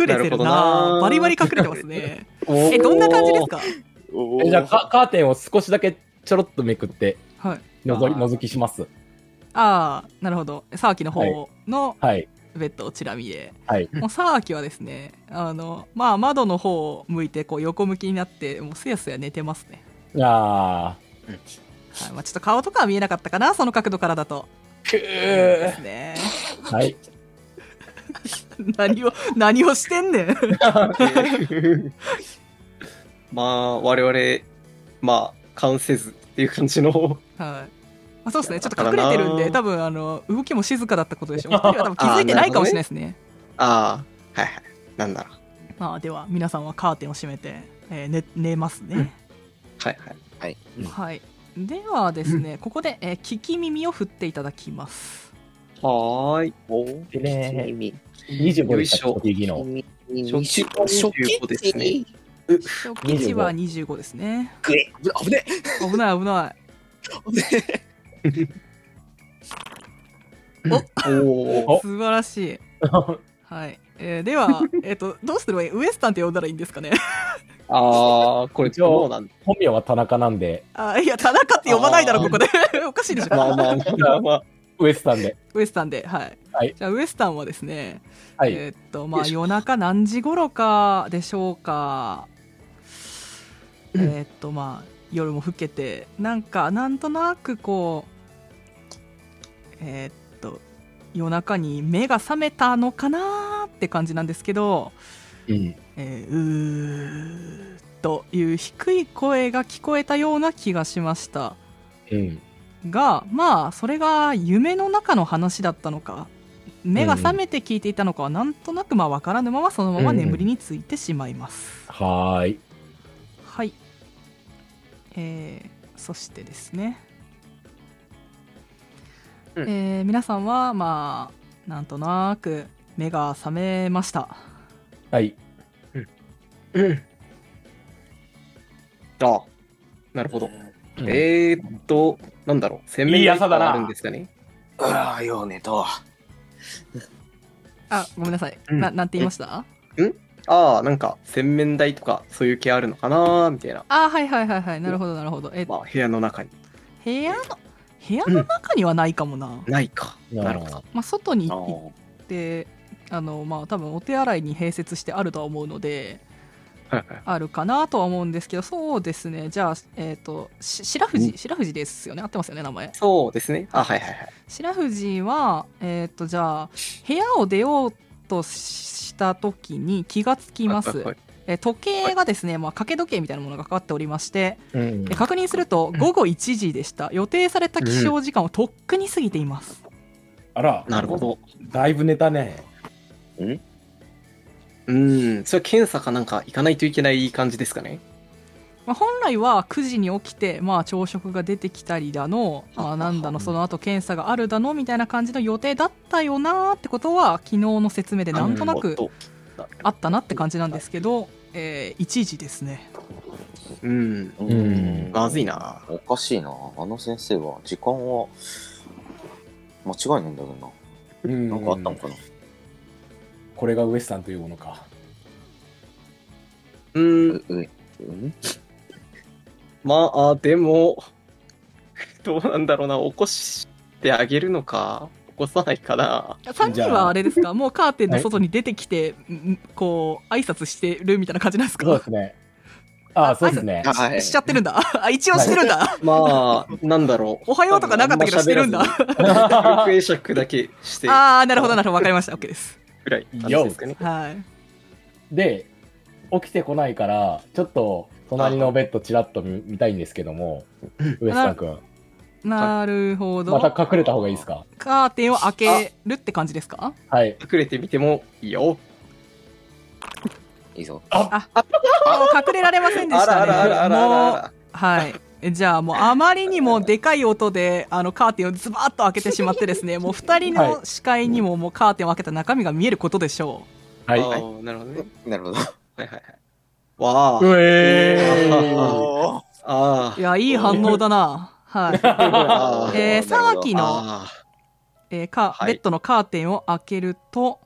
Speaker 1: 隠れてるな
Speaker 3: なるほどな
Speaker 1: バリバリ隠れてますねえ
Speaker 3: え
Speaker 1: どんな感じですか
Speaker 4: おー
Speaker 2: えじゃあカカーテンを少しだけちょろっとめくって、
Speaker 1: はい
Speaker 2: のぞり
Speaker 3: あー
Speaker 2: 覗きします。
Speaker 1: ああなるほどサーキの方の
Speaker 2: はい。
Speaker 1: ベッドをチラ見え、
Speaker 2: はい
Speaker 1: もうサーキはですねあのまあ窓の方を向いてこう横向きになってもうすやすや寝てますね、
Speaker 2: あ
Speaker 1: はいまあ、ちょっと顔とかは見えなかったかなその角度からだと
Speaker 2: ー。く
Speaker 1: で
Speaker 2: ー
Speaker 1: す。ね
Speaker 2: はい。
Speaker 1: 何を何をしてんねん
Speaker 3: [laughs] まあ、我々、まあ、関せずっていう感じの。
Speaker 1: はいまあ、そうですねちょっと隠れてるん
Speaker 3: いや
Speaker 1: で
Speaker 3: だからな
Speaker 1: 多分あの動きも静かだったことでしょ
Speaker 3: [laughs]
Speaker 1: うお二人は多分気づいてないかもしれないですね
Speaker 3: ああ、はいはい。なんだろう。
Speaker 1: まあ、では皆さんはカーテンを閉めて、えー寝寝ますね、
Speaker 3: はいはい。
Speaker 4: うん
Speaker 1: はいではですね、ここで、えー聞き耳を振っていただきます
Speaker 3: はーい。
Speaker 4: おー
Speaker 2: でね
Speaker 4: 君
Speaker 2: 25でし
Speaker 3: よいしょ
Speaker 2: たっけ技能。
Speaker 4: 君
Speaker 3: 初期
Speaker 4: 初期
Speaker 3: 25
Speaker 4: 値
Speaker 3: ですね
Speaker 1: 初期値は25です
Speaker 3: [laughs]
Speaker 1: ね
Speaker 4: くえ危ね
Speaker 1: 危ない危な
Speaker 4: 危ね
Speaker 3: おお。
Speaker 1: い素晴らしいはい、えーで
Speaker 3: [laughs]
Speaker 1: はえっとどうすればいいウエスタンって呼んだらいいんですかね
Speaker 3: ああ、これ
Speaker 2: 一応
Speaker 3: どうなんだ。
Speaker 2: 本名は田中なんで、
Speaker 1: あいや田中って呼ばないだろ
Speaker 3: あ
Speaker 1: こ
Speaker 3: ー
Speaker 1: こで [laughs] おかしいでしょ、
Speaker 3: まあまあまあまあ。
Speaker 2: ウエスタンで。
Speaker 1: ウエスタンではい、
Speaker 2: はい
Speaker 1: じゃあウエスタンはですね、
Speaker 2: はい。
Speaker 1: えーっとま
Speaker 3: よ
Speaker 1: あ
Speaker 3: いしょ
Speaker 1: 夜中何時頃かでしょうかえーっとまあ夜も更けてなんかなんとなくこうえーっと夜中に目が覚めたのかなーって感じなんですけど、
Speaker 2: うん。
Speaker 1: えーうーっという低い声が聞こえたような気がしました
Speaker 2: うん。
Speaker 1: がまあそれが夢の中の話だったのか目が覚めて聞いていたのかはなんとなくまあ分からぬままそのまま眠りについてしまいます、
Speaker 2: はーい。
Speaker 1: はいえー、そしてですね、
Speaker 3: うん
Speaker 1: えー皆さんはまあなんとなく目が覚めました
Speaker 2: はい。
Speaker 3: うん。 [laughs] ああ、なるほど。
Speaker 2: うん
Speaker 3: えー、っと、なんだろう。洗面
Speaker 2: いい朝だ
Speaker 3: あ
Speaker 2: な
Speaker 3: るんですかね。
Speaker 4: うわーようねと
Speaker 1: あごめんなさい、
Speaker 3: うん
Speaker 1: ななんて言いました
Speaker 3: ああ、なんか洗面台とかそういう系あるのかなーみたいな。
Speaker 1: あはいはいはいはいなるほどなるほどえ
Speaker 3: まあ、部屋の中に
Speaker 1: 部屋の部屋の中にはないかもな、
Speaker 3: ないか。
Speaker 2: な
Speaker 3: なる
Speaker 2: るほ
Speaker 3: ほ
Speaker 2: ど
Speaker 3: ど。
Speaker 1: まあ、外に
Speaker 4: あ
Speaker 1: 行
Speaker 4: ー
Speaker 1: ってあのまあ多分お手洗いに併設してあるとは思うので
Speaker 3: はいはい
Speaker 1: あるかなとは思うんですけどそうですねじゃあえっ、とし白
Speaker 2: う
Speaker 1: 藤白藤ですよね合ってますよね名前
Speaker 3: そうですね。あ、はいはいはい。
Speaker 1: 白藤はえっ、とじゃあ部屋を出ようとした時に気がつきま
Speaker 3: はい
Speaker 1: す
Speaker 3: はい
Speaker 1: え時計がですね、まあ、掛け時計みたいなものがかかっておりまして
Speaker 2: うん
Speaker 1: え確認すると午後1時でした予定された起床時間をとっくに過ぎています
Speaker 2: あら、
Speaker 3: [laughs] なるほ。ど。
Speaker 2: だいぶ寝たね。
Speaker 3: うん。それは検査かなんか行かないといけない感じですかね。
Speaker 1: まあ、本来は9時に起きて、まあ、朝食が出てきたりだの、まあ、なんだのその後検査があるだのみたいな感じの予定だったよなーってことは昨日の説明でなんとなくあったなって感じなんですけど、えー、1時ですね
Speaker 3: うん。
Speaker 4: う
Speaker 2: うん
Speaker 3: まずいな。
Speaker 4: おかしいなあの先生は時間は間違いないんだけどな
Speaker 2: うん
Speaker 4: なんかあったのかな
Speaker 2: これがウエスタンというものか。
Speaker 3: うん。
Speaker 4: うううん
Speaker 3: まあ、でも、 [laughs] どうなんだろうな。起こしてあげるのか、起こさないかな。
Speaker 1: 3
Speaker 2: じゃ
Speaker 1: 人
Speaker 2: あ
Speaker 1: はあれですかもうカーテンの外に出てきて、んこう挨拶してるみたいな感じなんです
Speaker 2: そうで
Speaker 1: か
Speaker 2: すね。あーそうですね。
Speaker 4: は
Speaker 1: しちゃってるんだあ一応してるんだ、
Speaker 3: まあ、なんだろう。
Speaker 1: おはようとかなかったけどしてるんだ
Speaker 3: あんま喋らずに会釈だけして
Speaker 1: ああーなるほどなるほどわかりました OK です
Speaker 3: ぐらいの感じですかね。
Speaker 1: はい
Speaker 2: で、起きてこないから、ちょっと隣のベッドちらっと見見たいんですけども、ウエスタン君、
Speaker 1: なるほど、
Speaker 2: また隠れた方がいいですか
Speaker 1: カーテンを開けるって感じですか
Speaker 2: はい。
Speaker 3: 隠れてみてもいいよ。
Speaker 4: いいぞ。
Speaker 1: もう隠れられませんで
Speaker 3: あ
Speaker 1: し
Speaker 3: ら
Speaker 1: た
Speaker 3: あらあらあ
Speaker 1: ね
Speaker 3: らあ
Speaker 1: もう
Speaker 3: ら。
Speaker 1: はいえじゃあもうあまりにもでかい音であのカーテンをズバッと開けてしまってです
Speaker 3: [laughs]
Speaker 1: ねもう2人の視界にももうカーテンを開けた中身が見えることでしょ
Speaker 2: はい。
Speaker 3: あ
Speaker 2: う
Speaker 3: ーなるほどね。
Speaker 4: なるほど。
Speaker 3: はいはいはい。わあ。
Speaker 4: [laughs]
Speaker 2: えー
Speaker 4: おー
Speaker 3: あ
Speaker 1: ういやいい反応だなはい
Speaker 3: あ。
Speaker 1: えー、
Speaker 4: なるほど
Speaker 1: 沢木の、
Speaker 3: あ
Speaker 1: えーか
Speaker 3: はい
Speaker 1: ベッドのカーテンを開けると、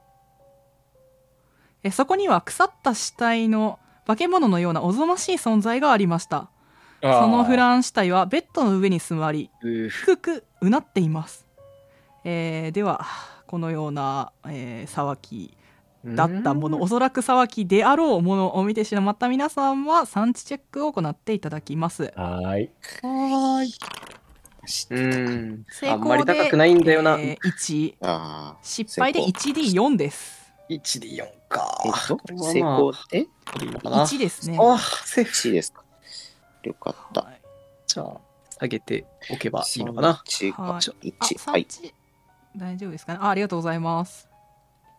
Speaker 1: えーそこには腐った死体の化け物のようなおぞましい存在がありましたそのフラン死体はベッドの上に座り
Speaker 3: ーうー
Speaker 1: 低くうなっています、えーではこのような、えー、沢木だったものおそらく沢木であろうものを見てしまった皆さんは産地チェックを行っていただきます
Speaker 2: はーい。
Speaker 4: 知
Speaker 3: う
Speaker 4: ってたか
Speaker 3: ん。
Speaker 1: 成功で
Speaker 3: あんまり高くないんだよな。
Speaker 1: えー1
Speaker 4: あ
Speaker 1: 失敗で 1D4 です
Speaker 3: 1で4か
Speaker 4: あ。え。っと
Speaker 3: これは、まあ
Speaker 4: 成功って
Speaker 3: いいのかな。
Speaker 1: 1ですね
Speaker 3: ああ、セーフ。
Speaker 4: ?1 ですか。よかった。
Speaker 1: はい
Speaker 3: じゃあ、下げておけばいいのかな。
Speaker 4: 1
Speaker 1: はい
Speaker 4: ちょ
Speaker 1: あ、
Speaker 4: 一
Speaker 1: 産
Speaker 4: はい。
Speaker 1: 地大丈夫ですかね。あ、ありがとうございます。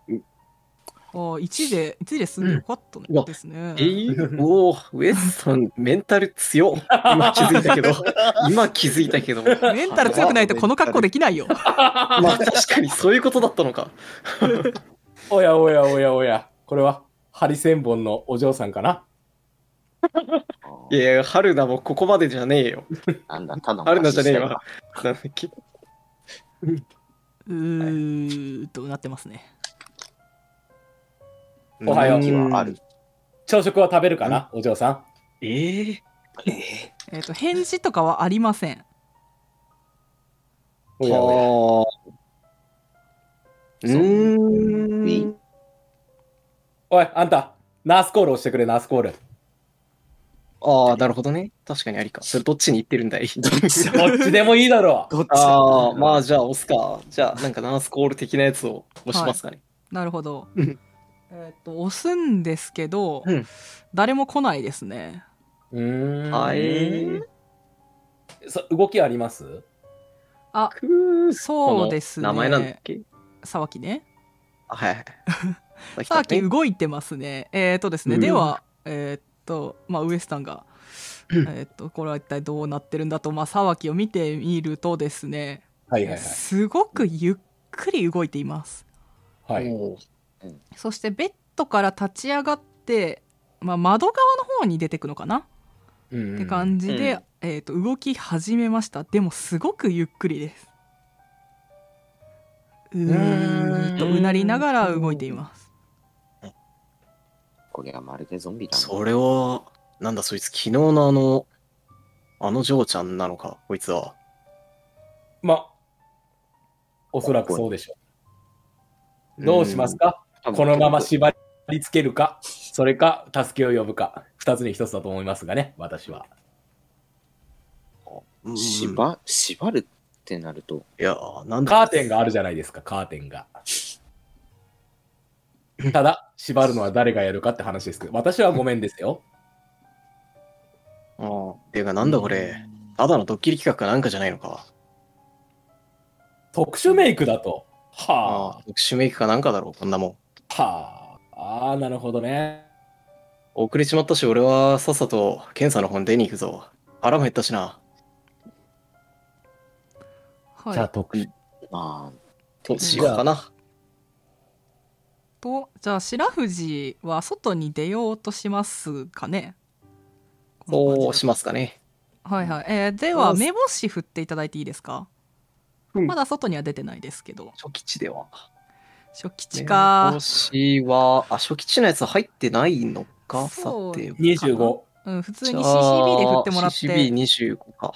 Speaker 4: うん
Speaker 1: お、一で一ですぐよかったね
Speaker 3: うんうわ
Speaker 1: ですね。
Speaker 3: えー、おーウエスさん、メンタル強っ。今気づいた [laughs] けど、今気づいたけど、ま
Speaker 1: メンタル強くないとこの格好できないよ。
Speaker 3: あ確かにそういうことだったのか。
Speaker 2: おやおやおやおや。これは、ハリセンボンのお嬢さんかない
Speaker 3: やいや、春菜もここまでじゃねえよ。
Speaker 4: なんだ、ただの
Speaker 3: 春菜 [laughs] じゃねえ
Speaker 4: アシ
Speaker 3: わ。なんだっけ
Speaker 1: うーっとうなってますね。
Speaker 2: おはよう
Speaker 4: スタントはある。。
Speaker 2: 朝食は食べるかなお嬢さん。
Speaker 3: えー、
Speaker 1: えっ、と返事とかはありません。
Speaker 2: おやおや
Speaker 3: はあ。う
Speaker 4: い
Speaker 3: ー
Speaker 4: い
Speaker 3: ん。
Speaker 2: おい、あんた、ナースコールをしてくれ、ナースコール。
Speaker 3: ああ、なるほどね。確かにありか。それどっちに行ってるんだい
Speaker 4: どっちだ
Speaker 2: どっちでもいいだろう。
Speaker 4: [laughs] どっち
Speaker 3: ああ、まあじゃあ押すか。じゃあ、なんかナースコール的なやつを押しますかね。
Speaker 1: なるほど
Speaker 3: うん。
Speaker 1: えっと押すんですけど、
Speaker 3: うん
Speaker 1: 誰も来ないですね。
Speaker 2: うーん。
Speaker 3: はい。
Speaker 2: そ動きあります
Speaker 3: くー
Speaker 1: そうですね
Speaker 3: この名前なんだっけ
Speaker 1: 沢木ね。
Speaker 3: あはいはい。
Speaker 1: さっ
Speaker 3: き
Speaker 1: き動いてますね。えっ、とですね、
Speaker 3: うん
Speaker 1: では、えっ、と、まあ、ウエスタンが、
Speaker 3: うん
Speaker 1: えっ、と、これは一体どうなってるんだと、まあ、沢木を見てみるとですね、
Speaker 2: はいはい
Speaker 1: すごくゆっくり動いています。
Speaker 2: はい。はい。
Speaker 3: おー
Speaker 1: そして、ベッドから立ち上がって、まあ、窓側の方に出てくのかな、
Speaker 2: っ
Speaker 1: って感じで、
Speaker 3: うん
Speaker 1: えっ、と、動き始めました。でも、すごくゆっくりです。うーんと、うなりながら動いています。
Speaker 4: これはまるでゾンビだな。
Speaker 3: それは、なんだそいつ、昨日のあの、あの嬢ちゃんなのか、こいつは。
Speaker 2: ま、おそらくそうでしょう。どうしますか
Speaker 4: 多分
Speaker 2: このまま縛りつけるか、それか、助けを呼ぶか、二つに一つだと思いますがね、私は。
Speaker 3: うん
Speaker 4: 縛、縛るってなると、
Speaker 3: いや、なんだ
Speaker 2: カーテンがあるじゃないですか、カーテンが。ただ、縛るのは誰がやるかって話ですけど、私はごめんですよ。
Speaker 3: うんていうか、なんだこれ、ただのドッキリ企画かなんかじゃないのか。
Speaker 2: 特殊メイクだと。は
Speaker 3: ああ、特殊メイクかなんかだろう、こんなもん。
Speaker 2: あ、はあ、ああ、なるほどね。
Speaker 3: 遅れちまったし、俺はさっさと検査の本出に行くぞ。腹も減ったしな。
Speaker 1: はい。
Speaker 2: じゃあ、特殊
Speaker 4: ま
Speaker 3: としようかな。
Speaker 1: とじゃあ白藤は外に出ようとしますかね
Speaker 3: そうし
Speaker 1: ま
Speaker 3: ますかね。
Speaker 1: はいはい、えーで
Speaker 3: そ
Speaker 1: は
Speaker 3: うっす
Speaker 1: 目星振っていただいていいですか、
Speaker 3: うん
Speaker 1: まだ外には出てないですけど
Speaker 3: 初期値では。
Speaker 1: 初期値か
Speaker 3: 目、星は、あ、初期値のやつ入ってないのか、さ
Speaker 1: そう
Speaker 3: て。
Speaker 2: 25。
Speaker 1: うん、普通に CCB で振ってもらっ
Speaker 3: じゃあ CCB
Speaker 1: て
Speaker 3: 25か。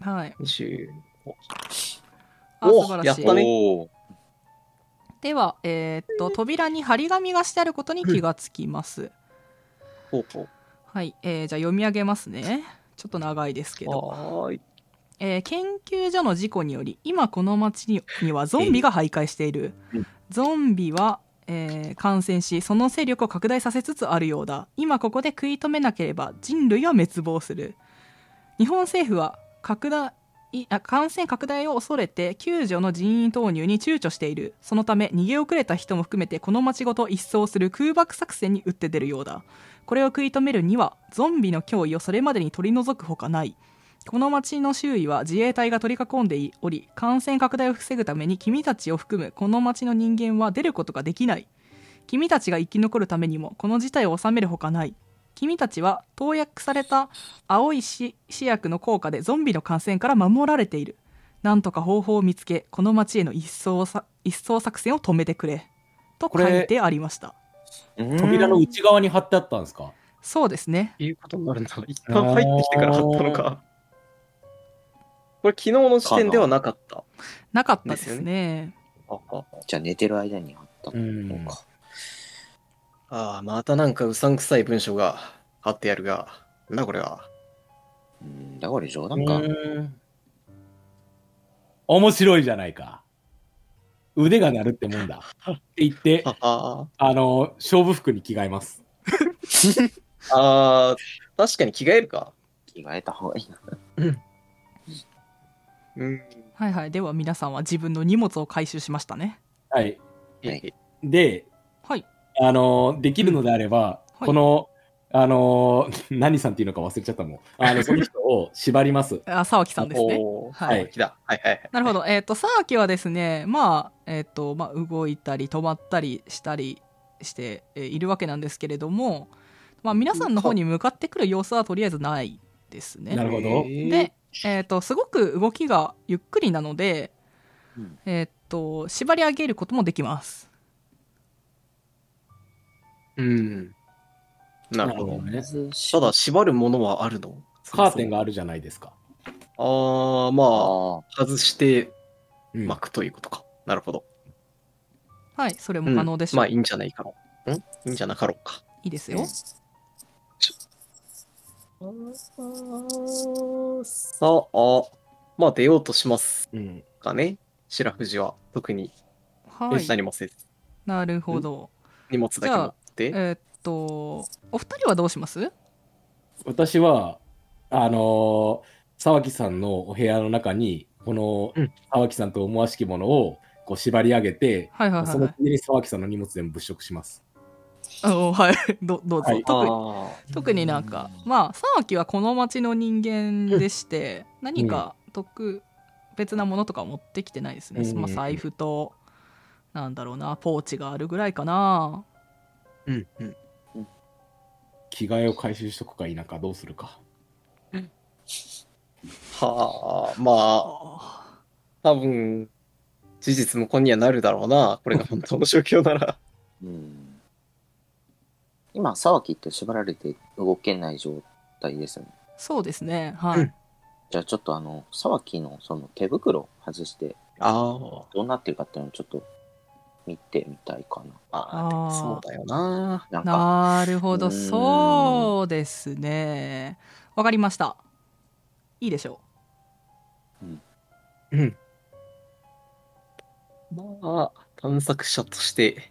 Speaker 1: はい
Speaker 3: 20。
Speaker 1: あ
Speaker 3: お
Speaker 1: 素晴
Speaker 3: や
Speaker 1: ら
Speaker 3: っ
Speaker 1: しい
Speaker 3: たね
Speaker 4: おー
Speaker 1: ではえーっと扉に張り紙がしてあることに気がつきます、
Speaker 3: ほうほう。
Speaker 1: はい、えーじゃあ読み上げますねちょっと長いですけど
Speaker 3: はーい。
Speaker 1: えー研究所の事故により今この町ににはゾンビが徘徊している、
Speaker 4: うん
Speaker 1: ゾンビは、えー感染しその勢力を拡大させつつあるようだ今ここで食い止めなければ人類は滅亡する日本政府は拡大あ感染拡大を恐れて救助の人員投入に躊躇しているそのため逃げ遅れた人も含めてこの町ごと一掃する空爆作戦に打って出るようだこれを食い止めるにはゾンビの脅威をそれまでに取り除くほかないこの町の周囲は自衛隊が取り囲んでおり感染拡大を防ぐために君たちを含むこの町の人間は出ることができない君たちが生き残るためにもこの事態を収めるほかない君たちは投薬された青い試薬の効果でゾンビの感染から守られているなんとか方法を見つけこの町への一掃さ一掃作戦を止めてくれと書いてありました
Speaker 2: 扉の内側に貼ってあったんですか
Speaker 1: そうですね
Speaker 3: いうことになるんだ。一旦入ってきてから貼ったのか。これ昨日の時点ではなかった。
Speaker 1: なかったです
Speaker 3: ですよ
Speaker 1: ね
Speaker 3: ああ
Speaker 4: じゃあ寝てる間にあったのか。
Speaker 3: ああ、またなんかうさんくさい文章が貼ってやるが。なんだこれは。
Speaker 4: うん、だから冗
Speaker 2: な
Speaker 4: 談
Speaker 2: ん
Speaker 4: か。
Speaker 2: 面白いじゃないか。腕が鳴るってもんだ。って言っ
Speaker 3: [laughs]
Speaker 2: て、
Speaker 3: ああ
Speaker 2: あの、勝負服に着替えます。
Speaker 3: ああ、確かに着替えるか。
Speaker 4: 着替えた方がいいな。
Speaker 3: うん。
Speaker 1: はいはいでは皆さんは自分の荷物を回収しましたね
Speaker 2: はい。
Speaker 4: はい
Speaker 2: で、
Speaker 1: はい
Speaker 2: あの、できるのであれば、
Speaker 1: うんはい
Speaker 2: この、あの、何さんっていうのか忘れちゃったもん。あの、その人を縛ります。
Speaker 1: あ沢木さんですね
Speaker 3: おー
Speaker 1: はい
Speaker 3: はい。木だ。はいはいはい。
Speaker 1: なるほど。えっ、と、沢木はですね、まあ、えっ、と、まあ、動いたり、止まったりしたりして、えーいるわけなんですけれども、まあ、皆さんの方に向かってくる様子はとりあえずないです
Speaker 2: な
Speaker 1: ね。
Speaker 2: るほど
Speaker 3: へー
Speaker 1: で、えっ、と、すごく動きがゆっくりなので、
Speaker 4: うん
Speaker 1: えっ、と、縛り上げることもできます。
Speaker 3: うん。なるほど。
Speaker 2: ね。
Speaker 3: ただ、縛るものはあるの
Speaker 2: カーテンが
Speaker 3: あ
Speaker 2: あるじゃないですか。
Speaker 3: ああ、まあ、
Speaker 4: あ
Speaker 3: 外して
Speaker 2: うん
Speaker 3: 巻くということか。なるほど。
Speaker 1: はい、それ
Speaker 3: う
Speaker 1: も
Speaker 3: ん
Speaker 1: 可能でしょう。
Speaker 3: まあ、い
Speaker 1: い
Speaker 3: いんじゃないかろう。んいいんじゃなかろうか。
Speaker 1: いですよ。
Speaker 3: さあ、まあ、出ようとします
Speaker 2: うん。
Speaker 3: かね。白藤は、特に
Speaker 1: はい、
Speaker 3: 何もせず。
Speaker 1: なるほど。
Speaker 3: 荷物だけ持って。
Speaker 1: えっ、と、お二人はどうします
Speaker 2: 私は、あの沢木さんのお部屋の中に、この
Speaker 3: うん
Speaker 2: 沢木さんと思わしきものをこう縛り上げて、
Speaker 1: はいはいはい
Speaker 2: そ
Speaker 1: は
Speaker 2: の
Speaker 1: い。
Speaker 2: 上に沢木さんの荷物全部物色します。
Speaker 1: おはい、 [laughs] どどうぞ。
Speaker 2: はい
Speaker 1: 特に
Speaker 3: あ
Speaker 1: 特になんかまあ沢木はこの町の人間でして、何か特別なものとかは持ってきてないですね、
Speaker 2: うん
Speaker 1: まあ、財布となんだろうなポーチがあるぐらいかな
Speaker 3: ーうんうん。
Speaker 2: 着替えを回収しとくか否かどうする [laughs] か。
Speaker 3: はあ、まあ、
Speaker 1: あ
Speaker 3: 多分、事実無根にはなるだろうな。これが本当の状況なら。
Speaker 4: うん、今、沢木って縛られて動けない状態ですよね。
Speaker 1: そうですねはい、
Speaker 3: うん
Speaker 4: じゃあちょっとあの、沢木のその手袋を外して、
Speaker 3: ああ。
Speaker 4: どうなってるかっていうのをちょっと見てみたいかな。
Speaker 3: ああ、で
Speaker 1: あー
Speaker 3: もそうだよな。
Speaker 4: なんか、
Speaker 1: なるほ
Speaker 4: う
Speaker 1: ど
Speaker 4: ーん
Speaker 1: そうですねわかりましたいいでしょ
Speaker 3: うん。まあ、探索者として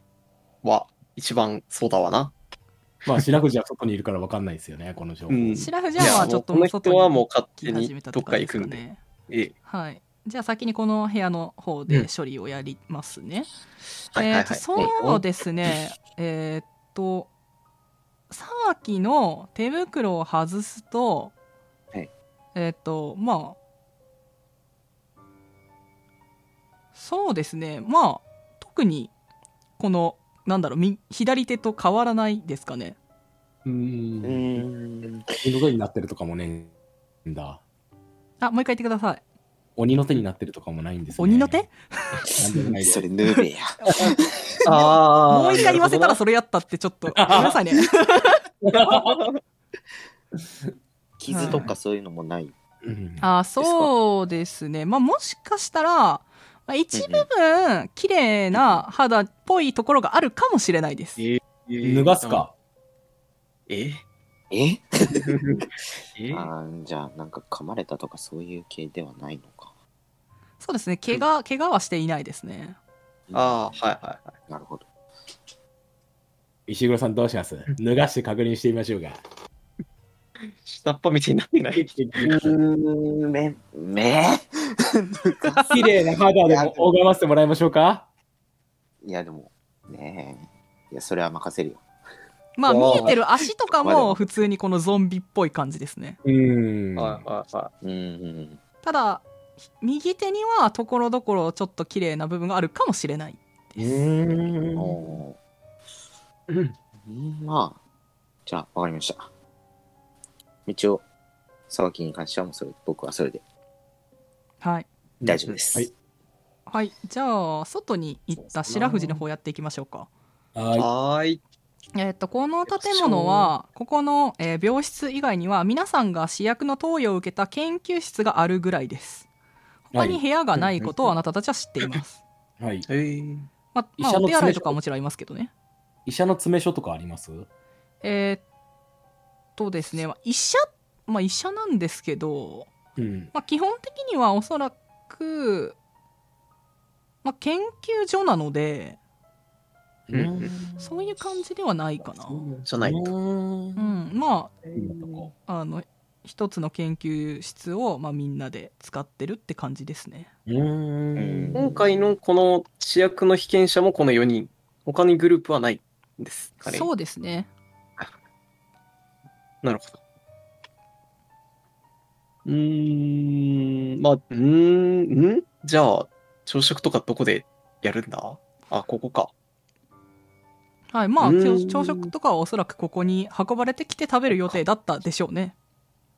Speaker 3: は、一番そうだわな。
Speaker 2: まあ、白藤は外にいるから分かんないですよね、この情報。
Speaker 3: うん
Speaker 1: う白藤
Speaker 3: いや
Speaker 1: はまあ
Speaker 3: もう
Speaker 1: ちょっと
Speaker 3: この
Speaker 1: 外
Speaker 3: 人はもう
Speaker 1: に
Speaker 3: 勝手
Speaker 1: 行き始
Speaker 3: に
Speaker 1: めた
Speaker 3: どっ
Speaker 1: 感
Speaker 3: か
Speaker 1: じ
Speaker 3: 行
Speaker 1: です
Speaker 3: く
Speaker 1: か
Speaker 3: んで。
Speaker 1: ね
Speaker 3: ええ
Speaker 1: はいじゃあ先にこの部屋の方
Speaker 3: うん
Speaker 1: で処理をやりますね、
Speaker 3: はいはい
Speaker 1: え
Speaker 3: は
Speaker 1: ー
Speaker 3: い。
Speaker 1: とそうですね、えーっと、沢木の手袋を外すと、
Speaker 4: はい
Speaker 1: えーっと、まあ、そうですね、まあ、特に、この、なんだろう、み左手と変わらないですかね。
Speaker 2: う。
Speaker 4: うんん。
Speaker 2: 鬼の手になってるとかもね、んだ。
Speaker 1: あ、もう一回言ってください。
Speaker 2: 鬼の手になってるとかもないんです、ね。
Speaker 1: 鬼の手
Speaker 2: なんでも [laughs] ないです
Speaker 4: それヌーベや。
Speaker 3: ああ。
Speaker 1: もう一回言わせたら
Speaker 3: そ
Speaker 1: それやったって、ちょっと、ごめんなさいね。
Speaker 4: 傷とかそういうのもない。
Speaker 2: うん
Speaker 1: あそうですね、まあ、もしかしたら、まあ、一部分綺麗な肌っぽいところがあるかもしれないです、
Speaker 3: え
Speaker 2: 脱がす。か。
Speaker 3: え
Speaker 4: え
Speaker 3: え
Speaker 4: あーじゃあ、なんか噛まれたとかそういう系ではないのか。
Speaker 1: そうですね怪我怪我はしていないですね
Speaker 3: ああ、はいはいはい。
Speaker 4: なるほど。
Speaker 2: 石黒さんどうします脱がして確認してみましょうか。
Speaker 3: 下っ端みたいになってない。
Speaker 4: うーめ、め
Speaker 2: [laughs] 綺麗な肌でも拝ませてもらいましょうか。
Speaker 4: いや、でも、ねえ。いや、それは任せるよ。
Speaker 1: まあ
Speaker 3: おー
Speaker 1: 見えてる足とか
Speaker 4: まあでも
Speaker 1: も普通にこのゾンビっぽい感じですね
Speaker 2: うーん。
Speaker 3: はいはいは
Speaker 4: うんうん。
Speaker 1: ただひ右手にはところどころちょっと綺麗な部分があるかもしれない
Speaker 2: うん
Speaker 4: おー
Speaker 3: い。うん
Speaker 4: うんまあ、じゃあ、わかりました。一応、沢木に関してはもうそれ、僕はそれで
Speaker 1: はい
Speaker 4: 大丈夫です。
Speaker 2: はい。
Speaker 1: はいじゃあ外に行った白藤の方やっていきましょうか
Speaker 2: は
Speaker 3: はーい。
Speaker 1: えっとこの建物はここの、えー病室以外には皆さんが試薬の投与を受けた研究室があるぐらいです他に部屋がないことをあなたたちは知ってい
Speaker 2: [laughs]
Speaker 1: ます、
Speaker 2: い。はい。
Speaker 3: えー、
Speaker 1: まあ、ま
Speaker 2: 医
Speaker 1: あ
Speaker 2: 者の
Speaker 1: お手洗いとかはもちろんありますけどね
Speaker 2: 医者の詰め所とかあります
Speaker 1: えーっとですね、まあ、医者、まあ、医者なんですけど、
Speaker 2: うん。
Speaker 1: まあ、基本的にはおそらく、まあ、研究所なので
Speaker 3: うん
Speaker 1: そういう感じではないかな。
Speaker 3: じゃない。
Speaker 2: う
Speaker 1: う
Speaker 2: ー
Speaker 1: んん、ま
Speaker 2: 今とこ
Speaker 1: ああの一つの研究室を、まあ、みんなで使ってるって感じですね。
Speaker 2: うーん
Speaker 3: 今回のこの主役の被験者もこの4人。他にグループはないんですかね。
Speaker 1: そうですね。
Speaker 3: なるほど。うーん、まあ、うーん、んじゃあ、朝食とかどこでやるんだあ、ここか。
Speaker 1: はい、まあ
Speaker 3: うん
Speaker 1: 朝朝食とかはおそらくここに運ばれてきて食べる予定だったでしょうね。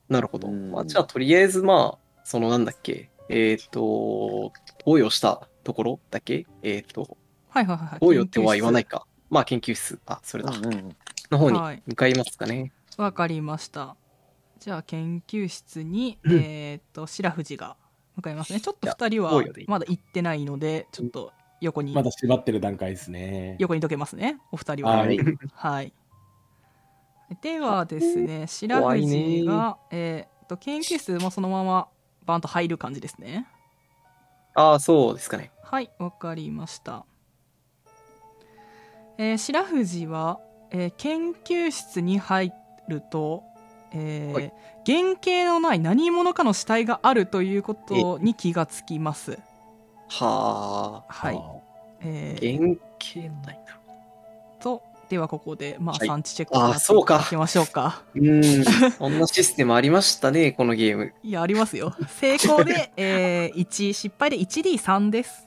Speaker 3: なるほど。
Speaker 4: うん
Speaker 3: まあ、じゃあ、とりあえず、まあ、そのなんだっけ、えっ、と、投与したところだけ、えっ、と、
Speaker 1: はいはいはい。
Speaker 3: 投与っては言わない
Speaker 1: 研究
Speaker 3: か。まあ、研究室、あ、それだ。
Speaker 4: うんうん
Speaker 3: の方に
Speaker 1: はい
Speaker 3: 向かいますかね。
Speaker 1: 室。わかりました。じゃあ研究室に、
Speaker 3: うん
Speaker 1: えーっと白藤が向かいますね。ちょっと二人は
Speaker 3: じゃあどうよでいい
Speaker 1: まだ行ってないのでちょっと横に、
Speaker 2: まだ縛ってる段階ですね。
Speaker 1: 横にどけますねお二人は。
Speaker 2: はい。
Speaker 1: はい。ではですね、白
Speaker 3: 怖い
Speaker 1: 藤
Speaker 3: ね
Speaker 1: が、えーっと研究室もそのままバンと入る感じですね。
Speaker 3: ああ、そうですかね。
Speaker 1: はい、わかりました。えー白藤は、えー研究室に入ると、えー
Speaker 3: はい
Speaker 1: 原型のない何者かの死体があるということに気がつきます。
Speaker 3: はあ。
Speaker 1: はい。えー
Speaker 3: 原型ないな。
Speaker 1: と、ではここで、まあ、
Speaker 3: はい
Speaker 1: 産地チェック
Speaker 3: あー
Speaker 1: をやって
Speaker 3: そうか
Speaker 1: いきましょうか。
Speaker 3: うん。そんなシステムありましたね、このゲーム。
Speaker 1: いや、ありますよ。成功で、え1、失敗で 1D3 です。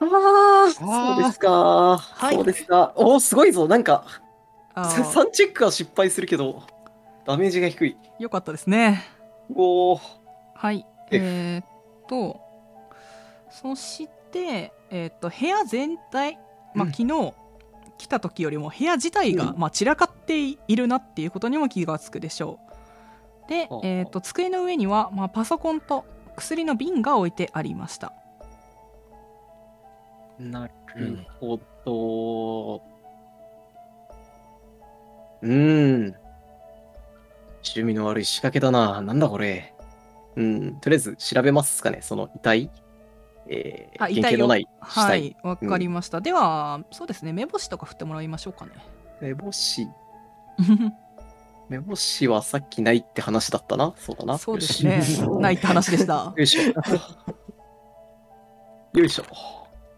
Speaker 3: ああ、
Speaker 4: あー
Speaker 3: そうですか。
Speaker 1: い
Speaker 3: そうですか。おお、すごいぞ。なんか、
Speaker 1: あー
Speaker 3: 3チェックは失敗するけど、ダメージが低い。
Speaker 1: よかったですね。
Speaker 3: おお。
Speaker 1: はい。
Speaker 3: F
Speaker 1: えーっと、そして、えーっと、部屋全体、まあ、
Speaker 3: うん
Speaker 1: 昨日来た時よりも部屋自体が、
Speaker 3: う
Speaker 1: まあ、散らかっているなっていうことにも気がつくでしょう。で
Speaker 3: ああ、
Speaker 1: えーっと、机の上には、まあ、パソコンと薬の瓶が置いてありました。
Speaker 3: なるほど。うん。趣味の悪い仕掛けだな。なんだこれ。うん。とりあえず調べますかね。その遺体。えー、
Speaker 1: あ遺
Speaker 3: 原
Speaker 1: 体
Speaker 3: 型
Speaker 1: を
Speaker 3: のない死体。
Speaker 1: はい、わかりました。では、そうですね、目星とか振ってもらいましょうかね。
Speaker 3: 目星。目星はさっきないって話だったな。そうだな。
Speaker 1: そうです
Speaker 3: [laughs]
Speaker 1: ね、ないって話でした。
Speaker 3: よいしょ。よいしょ。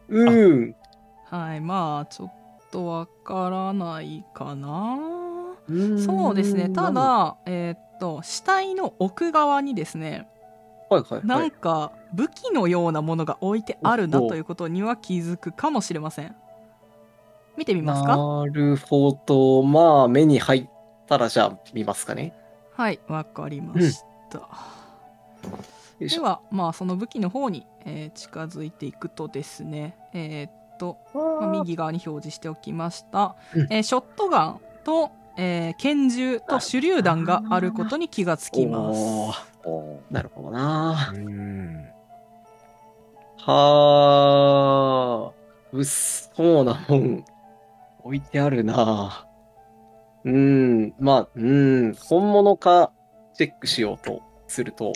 Speaker 3: うーん。
Speaker 1: はい、まあ、ちょっとわからないかな。そうですね。た
Speaker 3: は
Speaker 1: だ、えーっと、死体の奥側にですね、
Speaker 3: いはいはい。
Speaker 1: なんか武器のようなものが置いてあるな
Speaker 3: おっと
Speaker 1: ということには気づくかもしれません。見てみますか
Speaker 3: なるほど。まあ、目に入ったら、じゃあ、見ますかね。
Speaker 1: はい、わかりました。
Speaker 3: よいし
Speaker 1: で
Speaker 3: ょ
Speaker 1: は、まあ、その武器の方に、えー近づいていくとですね、えーっと、まあ右側に表示しておきました、
Speaker 3: うん
Speaker 1: えーショットガンと、えー拳銃と手榴弾があることに気がつきます。
Speaker 3: おー
Speaker 4: おー
Speaker 3: なるほどな。
Speaker 2: うん。
Speaker 3: はー。うっそうなもん。置いてあるな。うーん。まあ、うーん。本物か、チェックしようとすると、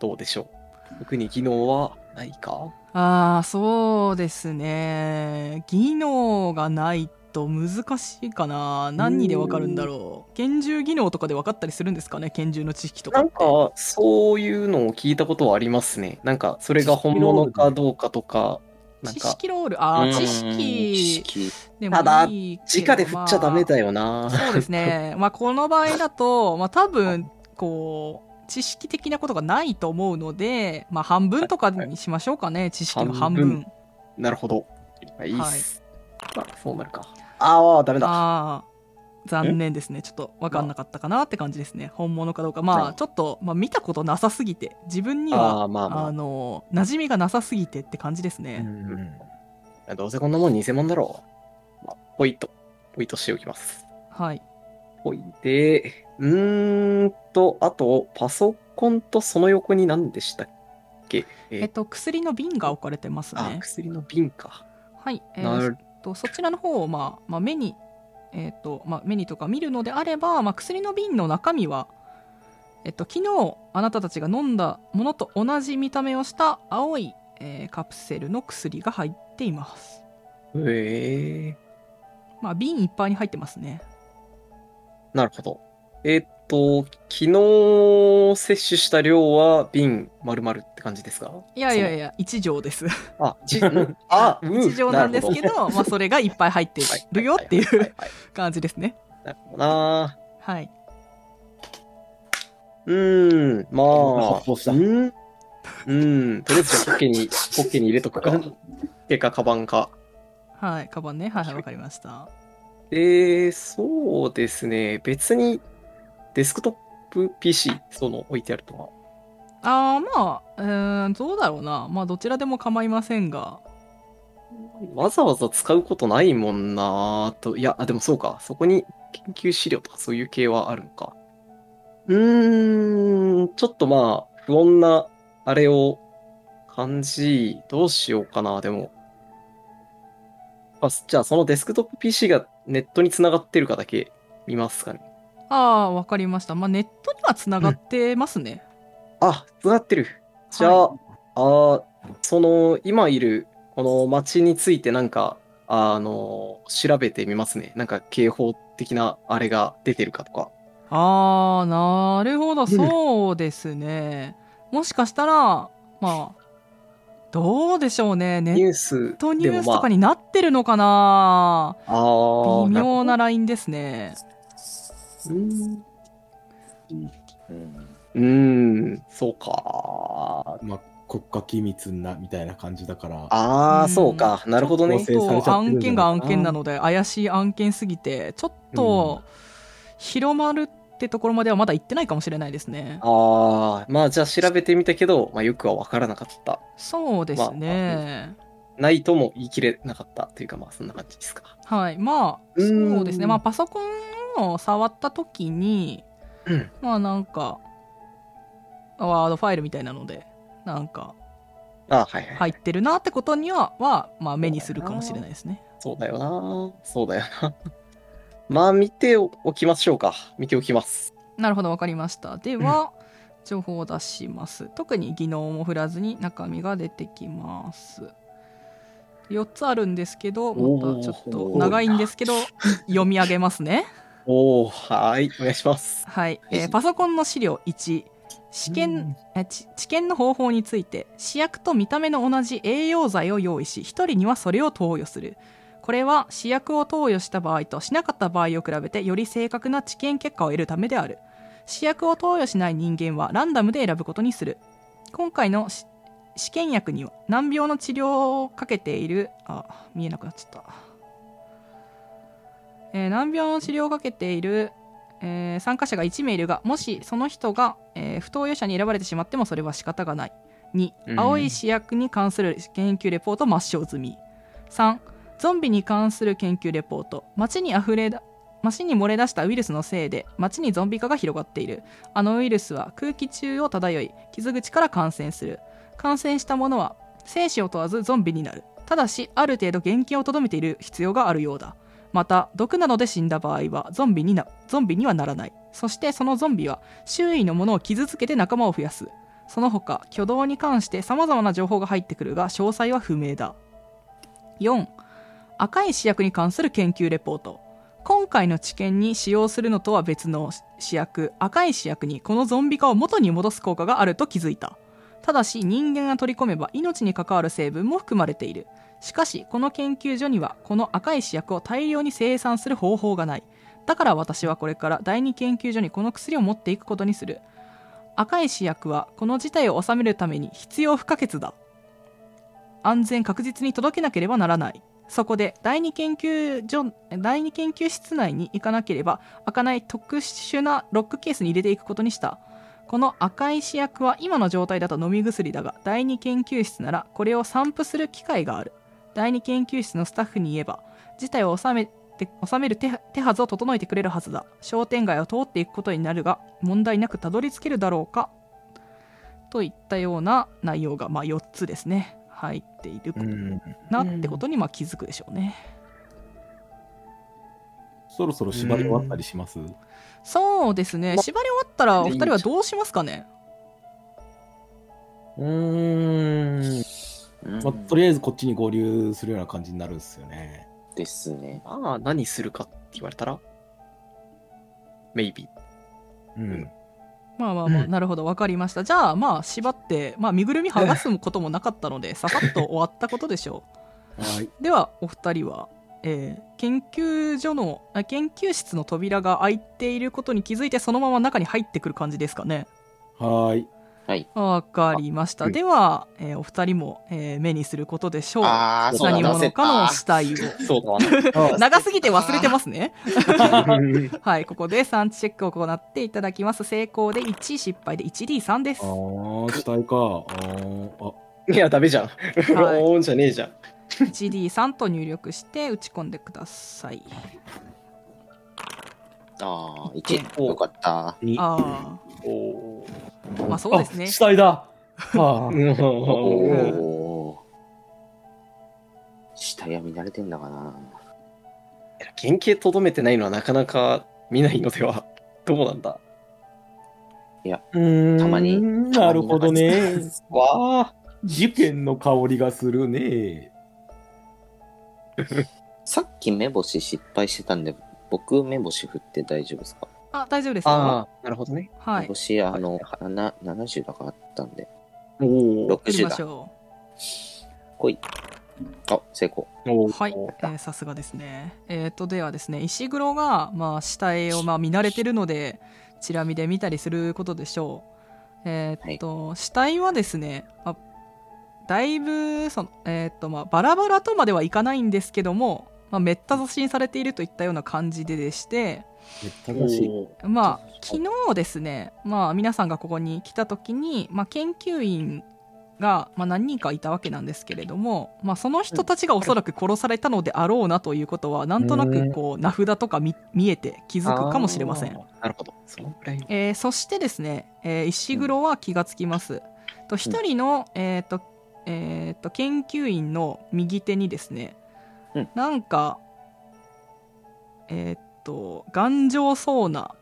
Speaker 3: どうでしょう。特に技能はないか
Speaker 1: ああそうですね技能がないと難しいかな何でわかるんだろう拳銃技能とかで分かったりするんですかね拳銃の知識とか
Speaker 3: な
Speaker 1: っ
Speaker 3: ん
Speaker 1: て
Speaker 3: か、そういうのを聞いたことはありますね。なんか、それが本物かどうかとか、なん
Speaker 1: 知
Speaker 3: か、
Speaker 1: 識ロールあ
Speaker 4: う
Speaker 1: あ
Speaker 4: ん
Speaker 1: 知
Speaker 4: 知
Speaker 1: 識
Speaker 4: 識
Speaker 1: で
Speaker 3: ただ
Speaker 1: もいいけど
Speaker 3: 直で振っちゃダメだよ
Speaker 1: ま
Speaker 3: な
Speaker 1: あ。そうですね [laughs] まあこの場合だと、まあ、多分こう知識的なことがないと思うので、まあ、半分とかにしましょうかね知識の半分
Speaker 3: 半なるほど。いいっす。まあ、そうなるか。ああ、ダメだ。
Speaker 1: ああ残念ですねちょっと分かんなかったかなって感じですね本物かどうかま
Speaker 3: は
Speaker 1: あ
Speaker 3: い
Speaker 1: ちょっと、まあ、見たことなさすぎて自分には
Speaker 3: ああ、まあま
Speaker 1: あの馴染みがなさすぎてって感じですね、
Speaker 2: ん
Speaker 3: あ。どうせこんなもん偽物だろう。まあ、ポイッと、ポイッとしておきます。
Speaker 1: はい
Speaker 3: ほいで、うーんと、あと、パソコンとその横に何でしたっけえ
Speaker 1: えっと薬の瓶が置かれてます
Speaker 3: あ、
Speaker 1: ね
Speaker 3: 薬の瓶か。
Speaker 1: はいえ
Speaker 3: な
Speaker 1: ー、
Speaker 3: る
Speaker 1: っとそちらの方を、まあ、まあ目にえーっとまあ、目にとか見るのであれば、まあ、薬の瓶の中身は、えっと、昨日あなたたちが飲んだものと同じ見た目をした青い、えーカプセルの薬が入っています
Speaker 3: ええ
Speaker 1: まあ瓶いっぱいに入ってますね
Speaker 3: なるほど。えっと、昨日摂取した量は瓶丸々って感じですか
Speaker 1: いやいや
Speaker 3: そ
Speaker 1: いや1錠です
Speaker 3: のあ、
Speaker 1: [laughs]
Speaker 3: ち、うんあ、うん
Speaker 1: 1錠なんですけどまあそれがいっぱい入ってるよってい。
Speaker 3: なる
Speaker 1: う
Speaker 3: ほどはい
Speaker 1: 感じですね
Speaker 3: はいはいはいはいなるほどな。
Speaker 1: はい、
Speaker 3: うーん、まあ、
Speaker 2: 発砲した
Speaker 3: うん、うん、とりあえずじゃあポッケ
Speaker 1: [laughs]
Speaker 3: に、ポッケに入れとくか。ポッケか、カバンか。
Speaker 1: はい、カバンねはいはいわかりました
Speaker 3: えー、そうですね。別に、デスクトップ PC、その置いてあるとは。
Speaker 1: ああまあ、えー、どうだろうなまあどちらでも構いませんが
Speaker 3: わざわざ使うことないもんなぁと。いや、あでもそうか。そこに研究資料とかそういう系はあるのか。うーん、ちょっとまあ、不穏な、あれを感じ、どうしようかな、でも。あすじゃあ、そのデスクトップ PC がネットに繋がってるかだけ見ますかね。
Speaker 1: ああわかりましたまあネットにはつながってますね、
Speaker 3: あ、繋がってる。じゃあ、
Speaker 1: は
Speaker 3: あーその今いるこの町についてなんかあの調べてみますねなんか警報的なあれが出てるかとか
Speaker 1: ああなるほどそうですね、もしかしたらまあどうでしょうねネ
Speaker 3: ニュ
Speaker 1: ッ
Speaker 3: ース
Speaker 1: トニ
Speaker 3: で
Speaker 1: ュー
Speaker 3: も
Speaker 1: ス
Speaker 3: ま
Speaker 1: と
Speaker 3: あ
Speaker 1: かになってるのかな、
Speaker 3: あー
Speaker 1: 微
Speaker 3: なる
Speaker 1: 妙
Speaker 3: ほど
Speaker 1: なラインですね。
Speaker 3: うん
Speaker 4: うん
Speaker 3: うーんそうか
Speaker 2: まあ、国家機密なみたいな感じだから。
Speaker 3: あ
Speaker 1: う
Speaker 3: ー
Speaker 1: ん
Speaker 3: そうかなるほどね
Speaker 1: ちょっと案件が案件な
Speaker 2: の。
Speaker 1: ので怪しい案件すぎてちょっと広まるってところまではまだ行ってないかもしれないですね。
Speaker 3: あーまあじゃあ調べてみたけど、まあ、よくは分からなかった
Speaker 1: そうですね。
Speaker 3: ないとも言い切れなかったというかまあそんな感じですか
Speaker 1: はい、まあ
Speaker 3: うん
Speaker 1: そうですね、まあ、パソコンを触った時に、
Speaker 3: うん
Speaker 1: まあなんかワードファイルみたいなのでなんか
Speaker 3: あはいはい、
Speaker 1: 入ってるなってことにはは、まあ、目にするかもしれないですね。
Speaker 3: そうだよなそうだよな [laughs] まあ見ておきましょうか見ておきます
Speaker 1: なるほど、わかりました。では、情報を出します。特に技能も振らずに中身が出てきます。4つあるんですけど、
Speaker 3: おー
Speaker 1: またちょっと長いんですけど、読み上げますね。
Speaker 3: おおはいお願いします
Speaker 1: はい、えーパソコンの資料1。試験、えち治験の方法について試薬と見た目の同じ栄養剤を用意し1人にはそれを投与するこれは試薬を投与した場合としなかった場合を比べてより正確な治験結果を得るためである試薬を投与しない人間はランダムで選ぶことにする今回のし試験薬には難病の治療をかけているあ見えなくなっちゃった、えー難病の治療をかけているえー参加者が1名いるがもしその人が、えー不投与者に選ばれてしまってもそれは仕方がない
Speaker 3: うん
Speaker 1: 2青い試薬に関する研究レポート抹消済み3ゾンビに関する研究レポート街に溢れだ街に漏れ出したウイルスのせいで街にゾンビ化が広がっているあのウイルスは空気中を漂い傷口から感染する感染したものは生死を問わずゾンビになるただしある程度原型をとどめている必要があるようだまた毒などで死んだ場合はゾンビになゾンビにはならないそしてそのゾンビは周囲のものを傷つけて仲間を増やすその他挙動に関して様々な情報が入ってくるが詳細は不明だ4赤石薬に関する研究レポート今回の治験に使用するのとは別の試薬赤石薬にこのゾンビ化を元に戻す効果があると気づいたただし人間が取り込めば命に関わる成分も含まれているしかしこの研究所にはこの赤石薬を大量に生産する方法がないだから私はこれから第二研究所にこの薬を持っていくことにする赤石薬はこの事態を収めるために必要不可欠だ安全確実に届けなければならないそこで第二研究所第二研究室内に行かなければ開かない特殊なロックケースに入れていくことにしたこの赤石薬は今の状態だと飲み薬だが第二研究室ならこれを散布する機会がある第二研究室のスタッフに言えば事態を収めて収める手手はずを整えてくれるはずだ商店街を通っていくことになるが問題なくたどり着けるだろうかといったような内容が、まあ、4つですね入っていること
Speaker 2: うん
Speaker 1: なってことにまあ気づくでしょうね。
Speaker 2: そろそろ縛り終わったりします
Speaker 1: そうですね、
Speaker 3: ま
Speaker 1: 縛り終わったらお二人はどうしますかね
Speaker 2: うん、
Speaker 4: うん
Speaker 2: まあ、とりあえずこっちに合流するような感じになるんですよね
Speaker 4: ですね。
Speaker 3: まあ、何するかって言われたら、maybe。
Speaker 2: うん
Speaker 1: まあまあまあ、
Speaker 3: うん
Speaker 1: なるほど、わかりました。じゃあ、まあ、縛って、まあ、身ぐるみ剥がすこともなかった [laughs] ので、ささっと終わったことでしょ
Speaker 2: はい、
Speaker 1: う。では、お二人は、えー研究所の、あ研究室の扉が開いていることに気づいて、そのまま中に入ってくる感じですかね。
Speaker 2: はい
Speaker 1: わかりました。
Speaker 2: うん
Speaker 1: では、えーお二人も、えー目にすることでしょう。
Speaker 4: ああ、そう
Speaker 1: 何
Speaker 4: だ、出
Speaker 1: 者
Speaker 4: せ
Speaker 1: かの
Speaker 4: た。
Speaker 1: 死 [laughs] 体を。
Speaker 3: そう
Speaker 1: [laughs]
Speaker 3: だ
Speaker 1: 長すぎて忘れてますね。
Speaker 3: な。
Speaker 1: はい、ここで産地チェックを行っていただきます。成功で1、失敗で 1D3 です
Speaker 2: あ。あ死体かあーあ
Speaker 3: [laughs] いや、ダメじゃん。
Speaker 1: い
Speaker 3: おーんじゃねえじゃん。
Speaker 1: 1D3 と入力して打ち込んでください。
Speaker 4: ああ、1。よかった。
Speaker 2: に
Speaker 1: あ
Speaker 3: おー
Speaker 1: あ、まあそうですね
Speaker 2: あ死。体だはあ
Speaker 4: お
Speaker 3: うん
Speaker 4: お。下闇慣れてんだかな。
Speaker 3: 原型とどめてないのはなかなか見ないのでは。どうなんだ
Speaker 2: た
Speaker 4: たまに
Speaker 2: なるほ
Speaker 3: [laughs]
Speaker 2: どね。
Speaker 3: わあ。
Speaker 2: 事件の香りがするね。
Speaker 4: さっき目星失敗してたんで、僕目星振って大丈夫ですか
Speaker 1: あ、大丈夫ですよ。
Speaker 3: ああ、なるほどね。
Speaker 1: は
Speaker 4: 目
Speaker 1: い。
Speaker 4: 星、あの、な70だからあったんで、
Speaker 3: おー
Speaker 1: やり
Speaker 4: 60
Speaker 1: まし
Speaker 4: だ。
Speaker 1: ょ
Speaker 4: 来い。あ、成功。
Speaker 3: お
Speaker 1: う。
Speaker 3: ー
Speaker 1: はい。えーさすがですね。えっ、と、ではですね、石黒が、まあ、死体を、まあ、見慣れてるので、チラ見で見たりすることでしょう。えっ、と、死体はですね、まあ、だいぶ、その、えっ、と、まあ、バラバラとまではいかないんですけども、まあ、めった刺しにされているといったような感じででして、
Speaker 2: めったらしい。
Speaker 1: まあ昨日ですね、まあ、皆さんがここに来た時に、まあ、研究員が、まあ、何人かいたわけなんですけれども、まあ、その人たちがおそらく殺されたのであろうなということはなんとなくこう名札とか見見えて気づくかもしれません
Speaker 3: あ。ーなるほど。そのくらいの。
Speaker 1: えーそしてですね、えー石黒は気がつきます。と一人の、えーとえーと研究員の右手にですね、
Speaker 4: うん
Speaker 1: なんかえーっと頑丈そうな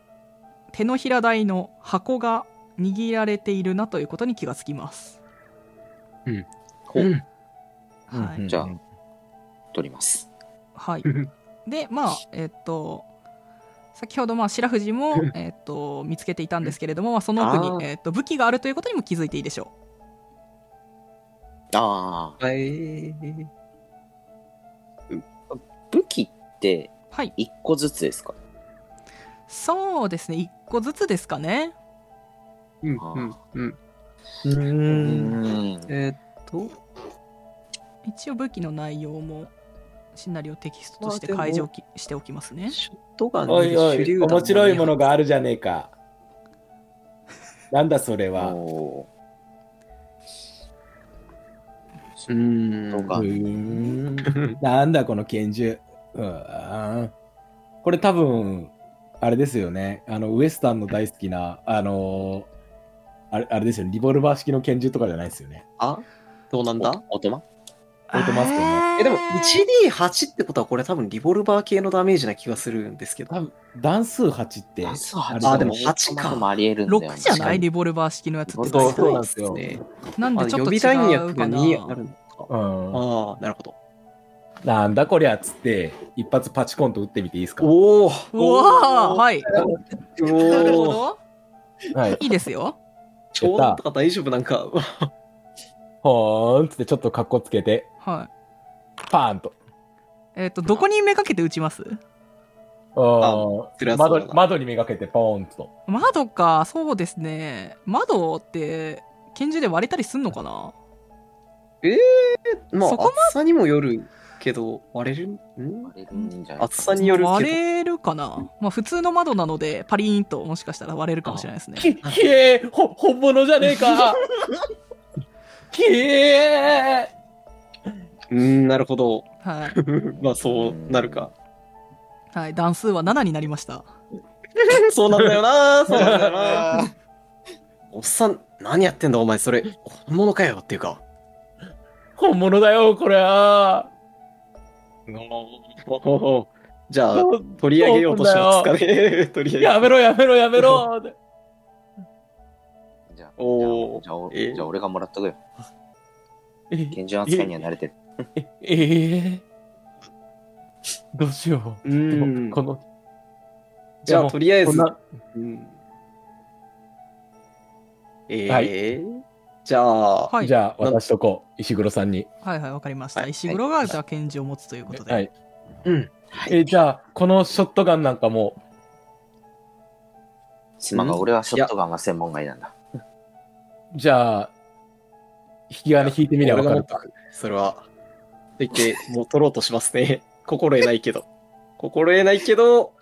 Speaker 1: 手のひら台の箱が握られているなということに気がつきます。
Speaker 4: ほう、
Speaker 1: はい
Speaker 2: うん
Speaker 4: じゃあ取ります。
Speaker 1: はい
Speaker 3: うん、
Speaker 1: でまあえーっと先ほどまあ白藤も、えーっと見つけていたんですけれども、まあ、その
Speaker 3: あ
Speaker 1: 奥
Speaker 3: ー
Speaker 1: に、えーっと武器があるということにも気づいていいでしょう。
Speaker 4: ああ、
Speaker 3: はい。
Speaker 4: 武器って
Speaker 1: はい、
Speaker 4: 1個ずつですか
Speaker 1: そうですね、1個ずつですかね。
Speaker 3: うん
Speaker 4: あー
Speaker 3: うんうん。
Speaker 2: う
Speaker 4: うー
Speaker 2: ん。
Speaker 4: ん。
Speaker 3: えーっと、
Speaker 1: 一応武器の内容もシナリオテキストとして
Speaker 3: まあで
Speaker 1: 解
Speaker 3: も
Speaker 1: 除きしておきますね。
Speaker 3: ショットガン
Speaker 2: おいお
Speaker 3: に手
Speaker 2: い、
Speaker 3: 榴弾
Speaker 2: 面白いものがあるじゃねえか。なんだそれは。
Speaker 4: お
Speaker 3: うん。
Speaker 4: ーそう
Speaker 2: う
Speaker 4: か
Speaker 2: ーんなんだこの拳銃。うーんこれ多分、あれですよね。あの、ウエスタンの大好きな、あのーあれ、あれですよね。リボルバー式の拳銃とかじゃないですよね。
Speaker 3: あどうなんだ
Speaker 4: おオートマ
Speaker 2: 置いてますけどね
Speaker 1: あー
Speaker 3: え、でも 1D8 ってことはこれ多分リボルバー系のダメージな気がするんですけど。
Speaker 2: 多分、段数8って。
Speaker 4: 8
Speaker 3: あでも
Speaker 4: オートマでもありえるんだよね
Speaker 1: 6じゃないリボルバー式のやつって
Speaker 2: そう
Speaker 1: 大
Speaker 2: そう
Speaker 1: 体
Speaker 2: なんですよ
Speaker 3: ね。
Speaker 1: なん
Speaker 3: ま
Speaker 1: で
Speaker 3: あ
Speaker 1: ちょっ
Speaker 3: 予
Speaker 1: と
Speaker 3: 備
Speaker 1: 違
Speaker 3: ラインやっ
Speaker 1: う
Speaker 3: た
Speaker 1: か
Speaker 3: ら
Speaker 1: な
Speaker 3: 2あるのか。
Speaker 2: うん。
Speaker 3: ああ、なるほど。
Speaker 2: なんだこりゃっつって、一発パチコンと打ってみていいですか。
Speaker 3: おお
Speaker 1: うわーはいなるほ
Speaker 3: おお
Speaker 1: ど
Speaker 2: はい。
Speaker 1: いいですよ
Speaker 3: ちょっとか大丈夫なんか。
Speaker 2: ほーんっつってちょっと格好つけて、
Speaker 1: はい
Speaker 2: パーンと。
Speaker 1: えっ、とどこにめがけて打ちます
Speaker 2: あ
Speaker 3: 辛そうだな
Speaker 2: 窓に窓にめがけてポーンと。
Speaker 1: 窓かそうですね窓って拳銃で割れたりすんのかな
Speaker 3: ま
Speaker 1: そ
Speaker 3: あ
Speaker 1: こま
Speaker 3: 厚さにもよるけど割れる？ん
Speaker 4: 割れるんじゃない
Speaker 3: 厚さによる
Speaker 1: 割
Speaker 3: け
Speaker 1: れるかな、まあ、普通の窓なのでパリーンともしかしたら割れるかもしれないですね
Speaker 2: き、きえーほ、本物じゃね
Speaker 3: [laughs]
Speaker 2: えかきえー
Speaker 3: ど。うんなるほど。
Speaker 1: はい、
Speaker 3: まあそうなるか。 [laughs]
Speaker 1: はい、段数は7になりました
Speaker 3: そうなんだよな。そうなんだよ
Speaker 2: [laughs]
Speaker 3: な。おっさん何やってんだお前それ本物かよっていうか。
Speaker 2: 本物だよ、これは。
Speaker 3: じゃあ取り上げようとしますかね。 [laughs] 取り上げ。
Speaker 2: やめろ、やめろ、や
Speaker 3: [laughs]
Speaker 2: めろ。
Speaker 4: じゃあ、
Speaker 3: おー
Speaker 4: じゃあ、お
Speaker 3: えー
Speaker 4: じゃあ俺がもらっとくよ。
Speaker 2: え
Speaker 4: 拳銃扱いには慣れてる。
Speaker 2: ええーどうしよ
Speaker 3: う
Speaker 2: う。
Speaker 3: ん。
Speaker 2: この、
Speaker 3: じゃあとりあえ
Speaker 2: こん
Speaker 3: ず。
Speaker 2: な、
Speaker 3: うんええ
Speaker 2: はい
Speaker 3: じゃあ、
Speaker 1: はい
Speaker 2: じゃあ渡しとこう、石黒さんに。
Speaker 1: はいはいわかりました、
Speaker 3: はい
Speaker 1: 石黒がじゃあ拳銃を持つということで、
Speaker 2: はい。
Speaker 3: うん、
Speaker 2: えーじゃあ、このショットガンなんかも、
Speaker 4: すまんが、俺はショットガンは専門外なんだ。
Speaker 2: じゃあ、引き金引いてみればわか
Speaker 3: 俺が持
Speaker 2: る
Speaker 3: っとくそれは。って言って、もう取ろうとしますね。 [laughs] 心得ないけど。心得ないけど、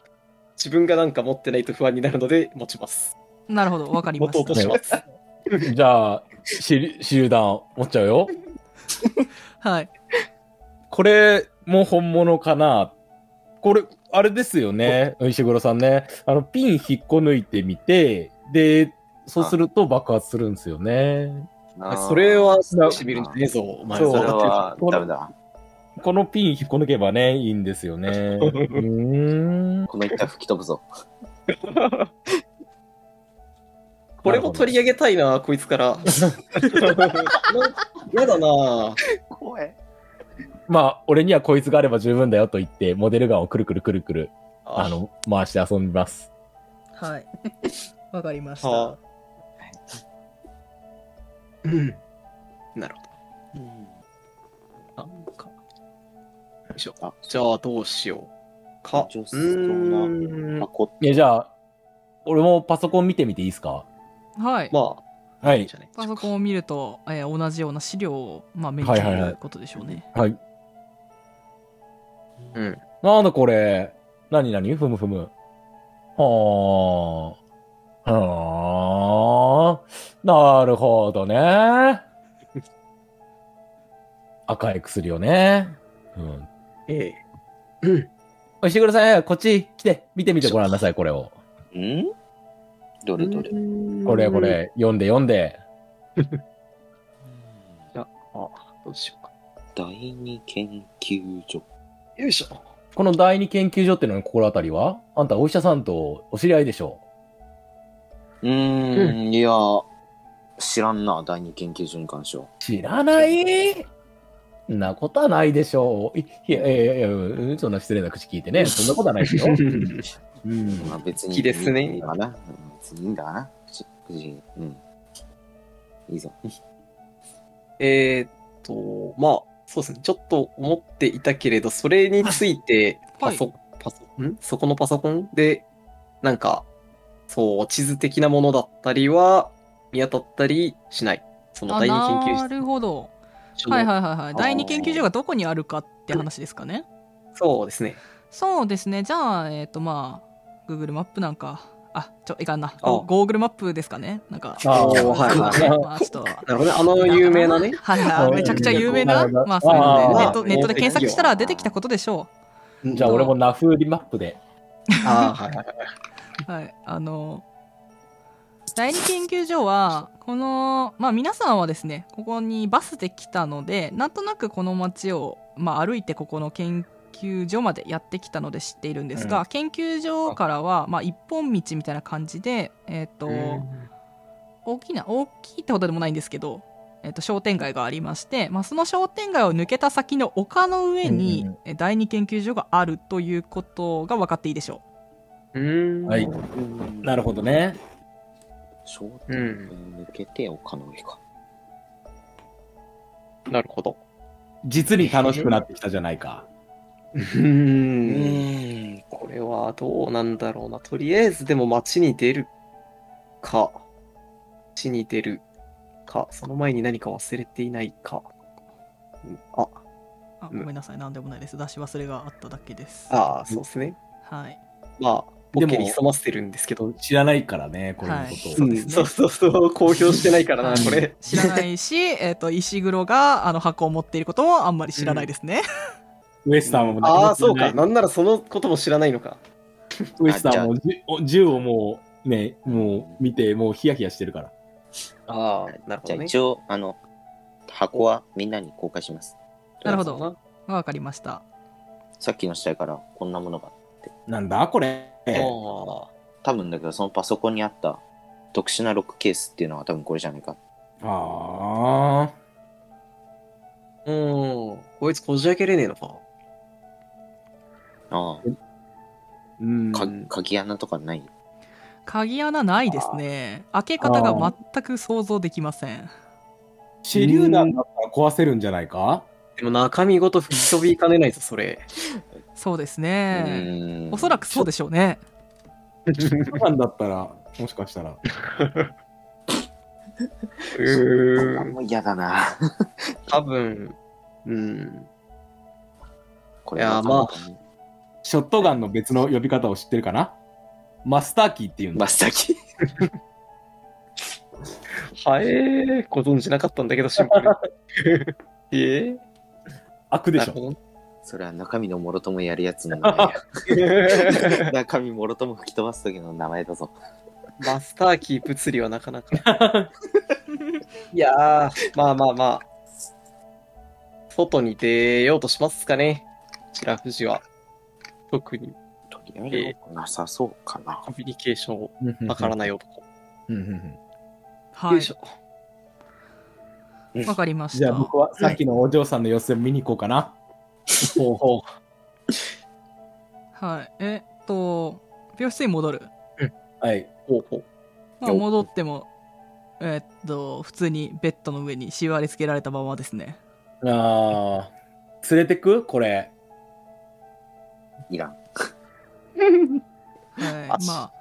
Speaker 3: 自分がなんか持ってないと不安になるので、持ちます。
Speaker 1: なるほどわかり
Speaker 3: 持
Speaker 1: ま
Speaker 3: とうと
Speaker 1: し
Speaker 3: します。
Speaker 2: じゃあ、手榴手榴弾持っちゃうよ。
Speaker 1: たはい
Speaker 2: これも本物かなこれ、あれですよね、石黒さんね。あの、ピン引っこ抜いてみて、で、そうすると爆発するんですよね。
Speaker 4: あー
Speaker 3: それは、
Speaker 2: な
Speaker 3: しびるんじゃねえぞ、お前
Speaker 4: そ
Speaker 2: そう
Speaker 4: れ
Speaker 3: は。
Speaker 4: はダメだ。
Speaker 2: このピン引っこ抜けばね、いいんですよ [laughs] ね。うーん。
Speaker 4: この一回吹き飛ぶぞ。
Speaker 3: [laughs] これも取り上げたいな、こいつから。 [laughs] なやだな
Speaker 4: 怖い。
Speaker 2: まあ、俺にはこいつがあれば十分だよと言って、モデルガンをくるくるくるくる、あ
Speaker 3: あ、
Speaker 2: の、回して遊びます。
Speaker 1: はい [laughs] わかりまし
Speaker 3: は
Speaker 1: た
Speaker 3: うん。なるほど。なんか。よいしょ。
Speaker 4: あ
Speaker 3: じゃあ、どうしようか。う
Speaker 4: 女子の
Speaker 3: ーん。ま
Speaker 4: こ
Speaker 2: え、じゃあ、俺もパソコン見てみていいですか
Speaker 1: はい、
Speaker 3: あ、
Speaker 2: はい
Speaker 3: い
Speaker 2: い
Speaker 3: じ。ゃない
Speaker 1: パソコンを見ると、えー同じような資料を、まあ、目に入れることでしょうね、
Speaker 2: はい。
Speaker 3: うん。
Speaker 2: なんだこれ。なになにふむふむ。はあ。はあ。なるほど [laughs] ね。赤い薬をね。うん。
Speaker 3: ええ。うん。
Speaker 2: おいしぐろさん、こっち来て、見てみてごらんなさい、これを。
Speaker 4: んどれどれ。
Speaker 2: これこ。れ、読んで読んで。
Speaker 3: どうしようか。
Speaker 4: 第二研究所。
Speaker 3: よいしょ。
Speaker 2: この第二研究所ってのの心当たりはあんたお医者さんとお知り合いでしょ
Speaker 4: うーん、いや、知らんな、第二研究所に関しては。
Speaker 2: 知らないんなことはないでしょう。いいやいやいや、うんそんな失礼な口聞いてね。そんなことはないですよ。うん
Speaker 4: まあ別に。
Speaker 3: 好きですね
Speaker 4: いいかな。うん別にいいんだな。口口うん。いいぞ。
Speaker 3: [laughs] えーっと、まあ、そうですね。ちょっと思っていたけれど、それについて、
Speaker 1: は
Speaker 3: パ
Speaker 1: い
Speaker 3: ソ、パソ、んそこのパソコンで、なんか、そう、地図的なものだったりは、見当たったりしない。その
Speaker 1: あ
Speaker 3: 第二研
Speaker 1: な
Speaker 3: 究
Speaker 1: るほど
Speaker 3: 室の。
Speaker 1: はいはいはいはい
Speaker 4: ー
Speaker 1: 第二研究所がどこにあるかって話ですかね
Speaker 3: そうですね。
Speaker 1: そうですねじゃあえっ、とまあ Google マップなんかあちょいかんな
Speaker 3: あ
Speaker 1: ゴゴーグルマップですかねなんか
Speaker 2: あ
Speaker 3: ーはいはい
Speaker 1: [laughs] まあちょっと
Speaker 3: なるほどね。あの有名なね。
Speaker 1: はいはい、めちゃくちゃ有名な、まあ、そういう
Speaker 2: あ
Speaker 1: の
Speaker 2: ー
Speaker 1: でネットネットで検索したら出てきたことでしょ
Speaker 2: じゃあ俺もナフーリマップで。
Speaker 3: あーはいはいはい。
Speaker 1: う。はい、あの第二研究所はこの、まあ、皆さんはですねここにバスで来たのでなんとなくこの街を、まあ、歩いてここの研究所までやってきたので知っているんですが、
Speaker 2: う
Speaker 1: 研究所からは、まあ、一本道みたいな感じで、えっと
Speaker 3: うん
Speaker 1: 大きな大きいってほどでもないんですけどえっと商店街がありまして、まあ、その商店街を抜けた先の丘の上に
Speaker 2: うんうん
Speaker 1: え第二研究所があるということが分かっていいでしょ
Speaker 3: うーん。
Speaker 2: はい
Speaker 3: うん
Speaker 2: なるほどね。
Speaker 4: 商店街抜けて丘の上か。
Speaker 3: なるほど。
Speaker 2: 実に楽しくなってきたじゃないか。
Speaker 3: う
Speaker 4: う
Speaker 3: ーん。
Speaker 4: ーん。
Speaker 3: これはどうなんだろうな。とりあえずでも街に出るか、街に出るか、その前に何か忘れていないか。うんあ、
Speaker 1: うあごめんなさい何でもないです出し忘れがあっただけです
Speaker 3: ああ、そうですね。
Speaker 1: はい
Speaker 3: まあ、ポ
Speaker 2: でも
Speaker 3: ッケに潜ませてるんですけど。
Speaker 2: 知らないからね、これのこと
Speaker 1: そ
Speaker 2: を。
Speaker 1: うですね
Speaker 3: そうそうそう、公表してないからな、これ。
Speaker 1: 知らないし、えっと石黒があの箱を持っていることもあんまり知らないですね、
Speaker 2: ウエスタンもな
Speaker 3: ああ、
Speaker 2: な
Speaker 3: そう
Speaker 2: くな
Speaker 3: か。
Speaker 2: っ
Speaker 3: なんならそのことも知らないのか。
Speaker 2: てないウエスタンもじお銃をもうね、もう見て、もうヒヤヒヤしてるから。
Speaker 3: ああ、なるほ
Speaker 4: じ
Speaker 3: ど
Speaker 4: ゃあ
Speaker 3: ね。
Speaker 4: 一応、あの、箱はみんなに公開します。
Speaker 1: なるほどわ分かりました
Speaker 4: さっきの死体からこんなものが。
Speaker 2: なんだこれ。
Speaker 3: あ
Speaker 4: 多分だけど、そのパソコンにあった特殊なロックケースっていうのは多分これじゃないか。
Speaker 2: ああ。
Speaker 3: あ。うん。こいつこじ開けれねえのか。
Speaker 4: あ
Speaker 2: うん
Speaker 4: あ、か鍵穴とかない
Speaker 1: 鍵穴ないですね開け方が全く想像できません
Speaker 2: 手榴弾だったら壊せるんじゃないか
Speaker 3: でも中身ごと吹き飛びかねないぞ、それ。
Speaker 1: そうです
Speaker 4: う
Speaker 1: ね
Speaker 4: ーん
Speaker 1: おそらくそうでしょうね
Speaker 2: 手榴弾だったら、もしかしたら。
Speaker 3: うーん。
Speaker 4: もう嫌だな。
Speaker 3: 多分、うん。
Speaker 4: これ
Speaker 3: いやーま
Speaker 2: ショットガンの別の呼び方を知ってるかなマスターキーっていうん
Speaker 4: 真
Speaker 2: だ
Speaker 4: っ。先。
Speaker 3: はえー、ご存知なかったんだけど、シンプル
Speaker 2: [laughs]
Speaker 3: に。え
Speaker 2: 悪
Speaker 3: ー、
Speaker 2: で
Speaker 3: な
Speaker 2: し
Speaker 3: る
Speaker 2: ょ。
Speaker 3: ほど。 [laughs]
Speaker 4: それは中身のもろともやるやつの名前や。 [laughs] 中身もろとも吹き飛ばす時の名前だぞ。
Speaker 3: マスターキー物理はなかなか。いやー、まあまあまあ。外に出ようとしますかね。白富士は。特に
Speaker 4: とりあえずなさそうかな
Speaker 3: コ。ミュニケーションをわ
Speaker 2: だ
Speaker 3: から
Speaker 2: な。
Speaker 3: ない男。
Speaker 2: うんうんうん
Speaker 1: は
Speaker 3: よ
Speaker 1: い
Speaker 3: いしょ。
Speaker 1: わかりまし
Speaker 2: じゃあ
Speaker 1: た
Speaker 2: 僕はさっきのお嬢さんの様子を見に行こうかな。ほうほう。
Speaker 1: はいえっと病室に戻る
Speaker 2: はい。
Speaker 3: ほうほう。
Speaker 1: まあ
Speaker 4: よ
Speaker 1: 戻ってもえっと普通にベッドの上に縛り付けられたままですね
Speaker 2: あー連れてくこれ。
Speaker 4: いらん。
Speaker 1: は
Speaker 3: あ
Speaker 1: い、まあ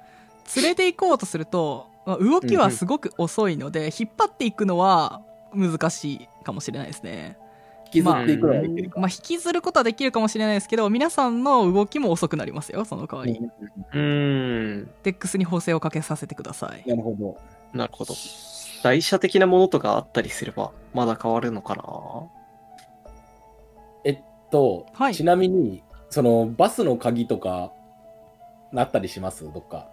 Speaker 1: 連れて行こうとすると、まあ、動きはすごく遅いので、引っ張っていくのは難しいかもしれないですね、
Speaker 2: 引きずっていくのはいけるか。
Speaker 1: まあ、引きずることはできるかもしれないですけど皆さんの動きも遅くなりますよその代わり、
Speaker 2: うん
Speaker 3: うーん。
Speaker 1: デックスに補正をかけさせてください
Speaker 2: なるほど。
Speaker 3: なるほど。台車的なものとかあったりすれば、まだ変わるのかな
Speaker 2: えっと、
Speaker 1: はい
Speaker 2: ちなみに、そのバスの鍵とか、なったりしますどっか。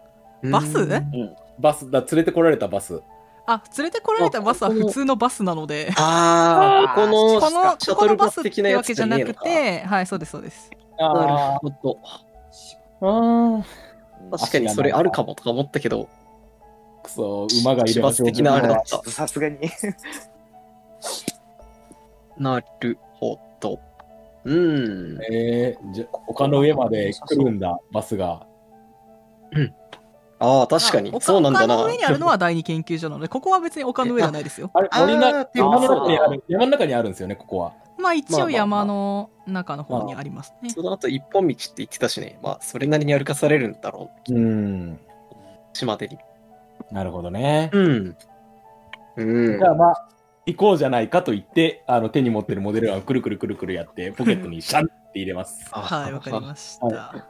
Speaker 1: バス
Speaker 3: うーん
Speaker 2: バス、だ連れてこられたバス。
Speaker 1: あ連れてこられたバスは普通のバスなので
Speaker 3: ああ、この、
Speaker 1: この
Speaker 3: シ
Speaker 1: こ
Speaker 3: ャト
Speaker 1: こ
Speaker 3: ル
Speaker 1: の
Speaker 3: バ
Speaker 1: バス
Speaker 3: ス
Speaker 1: って
Speaker 3: 的なや
Speaker 1: わ
Speaker 3: つ
Speaker 1: け
Speaker 3: じ
Speaker 1: じ
Speaker 3: ゃ
Speaker 1: ゃ
Speaker 3: ね
Speaker 1: な
Speaker 3: えの
Speaker 1: く
Speaker 3: か。
Speaker 1: てはいそうですそうです
Speaker 3: なるほど。
Speaker 2: あ
Speaker 3: 確かにそれあるかもとか思ったけど、
Speaker 2: ーくそ、馬がいる
Speaker 3: バス的なあれだっ
Speaker 4: ち
Speaker 3: た
Speaker 4: ょっと。さすがに。
Speaker 3: なるほど。うん。
Speaker 2: えー、じゃ丘の上まで来るんだ、バスが。
Speaker 3: ああ、確か
Speaker 1: まあ
Speaker 3: に。
Speaker 1: 丘
Speaker 3: そうなんだな。
Speaker 1: 丘の上にあるのは第二研究所なのでここは別に丘の上じゃないですよ
Speaker 2: あれ、
Speaker 3: あー
Speaker 2: 森の
Speaker 3: っていう
Speaker 2: 山の中にあ
Speaker 3: そう
Speaker 2: る、山の中にあるんですよね、ここは。
Speaker 1: まあ一
Speaker 3: まあ
Speaker 1: 応
Speaker 3: まあまあ
Speaker 1: 山の中の方にありますね
Speaker 3: その後一本道って言ってたしね。まあ、それなりに歩かされるんだろう。
Speaker 2: うん。
Speaker 3: 島でに。
Speaker 2: なるほどね。
Speaker 3: うん。うん
Speaker 2: じ。ゃあまあ、行こうじゃないかと言って、あの手に持ってるモデルガンをくるくるくるくるやって、ポケットにシャンって入れます。
Speaker 1: はい、わかりました。
Speaker 2: は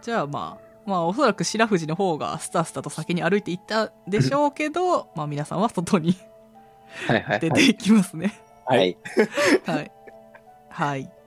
Speaker 1: じゃあまあ、まあおそらく白藤の方がスタスタと先に歩いていったでしょうけど、まあ皆さんは外に
Speaker 3: す。はいはい
Speaker 1: 出。ていきますね。
Speaker 2: はい
Speaker 4: はい。
Speaker 1: はい。はい。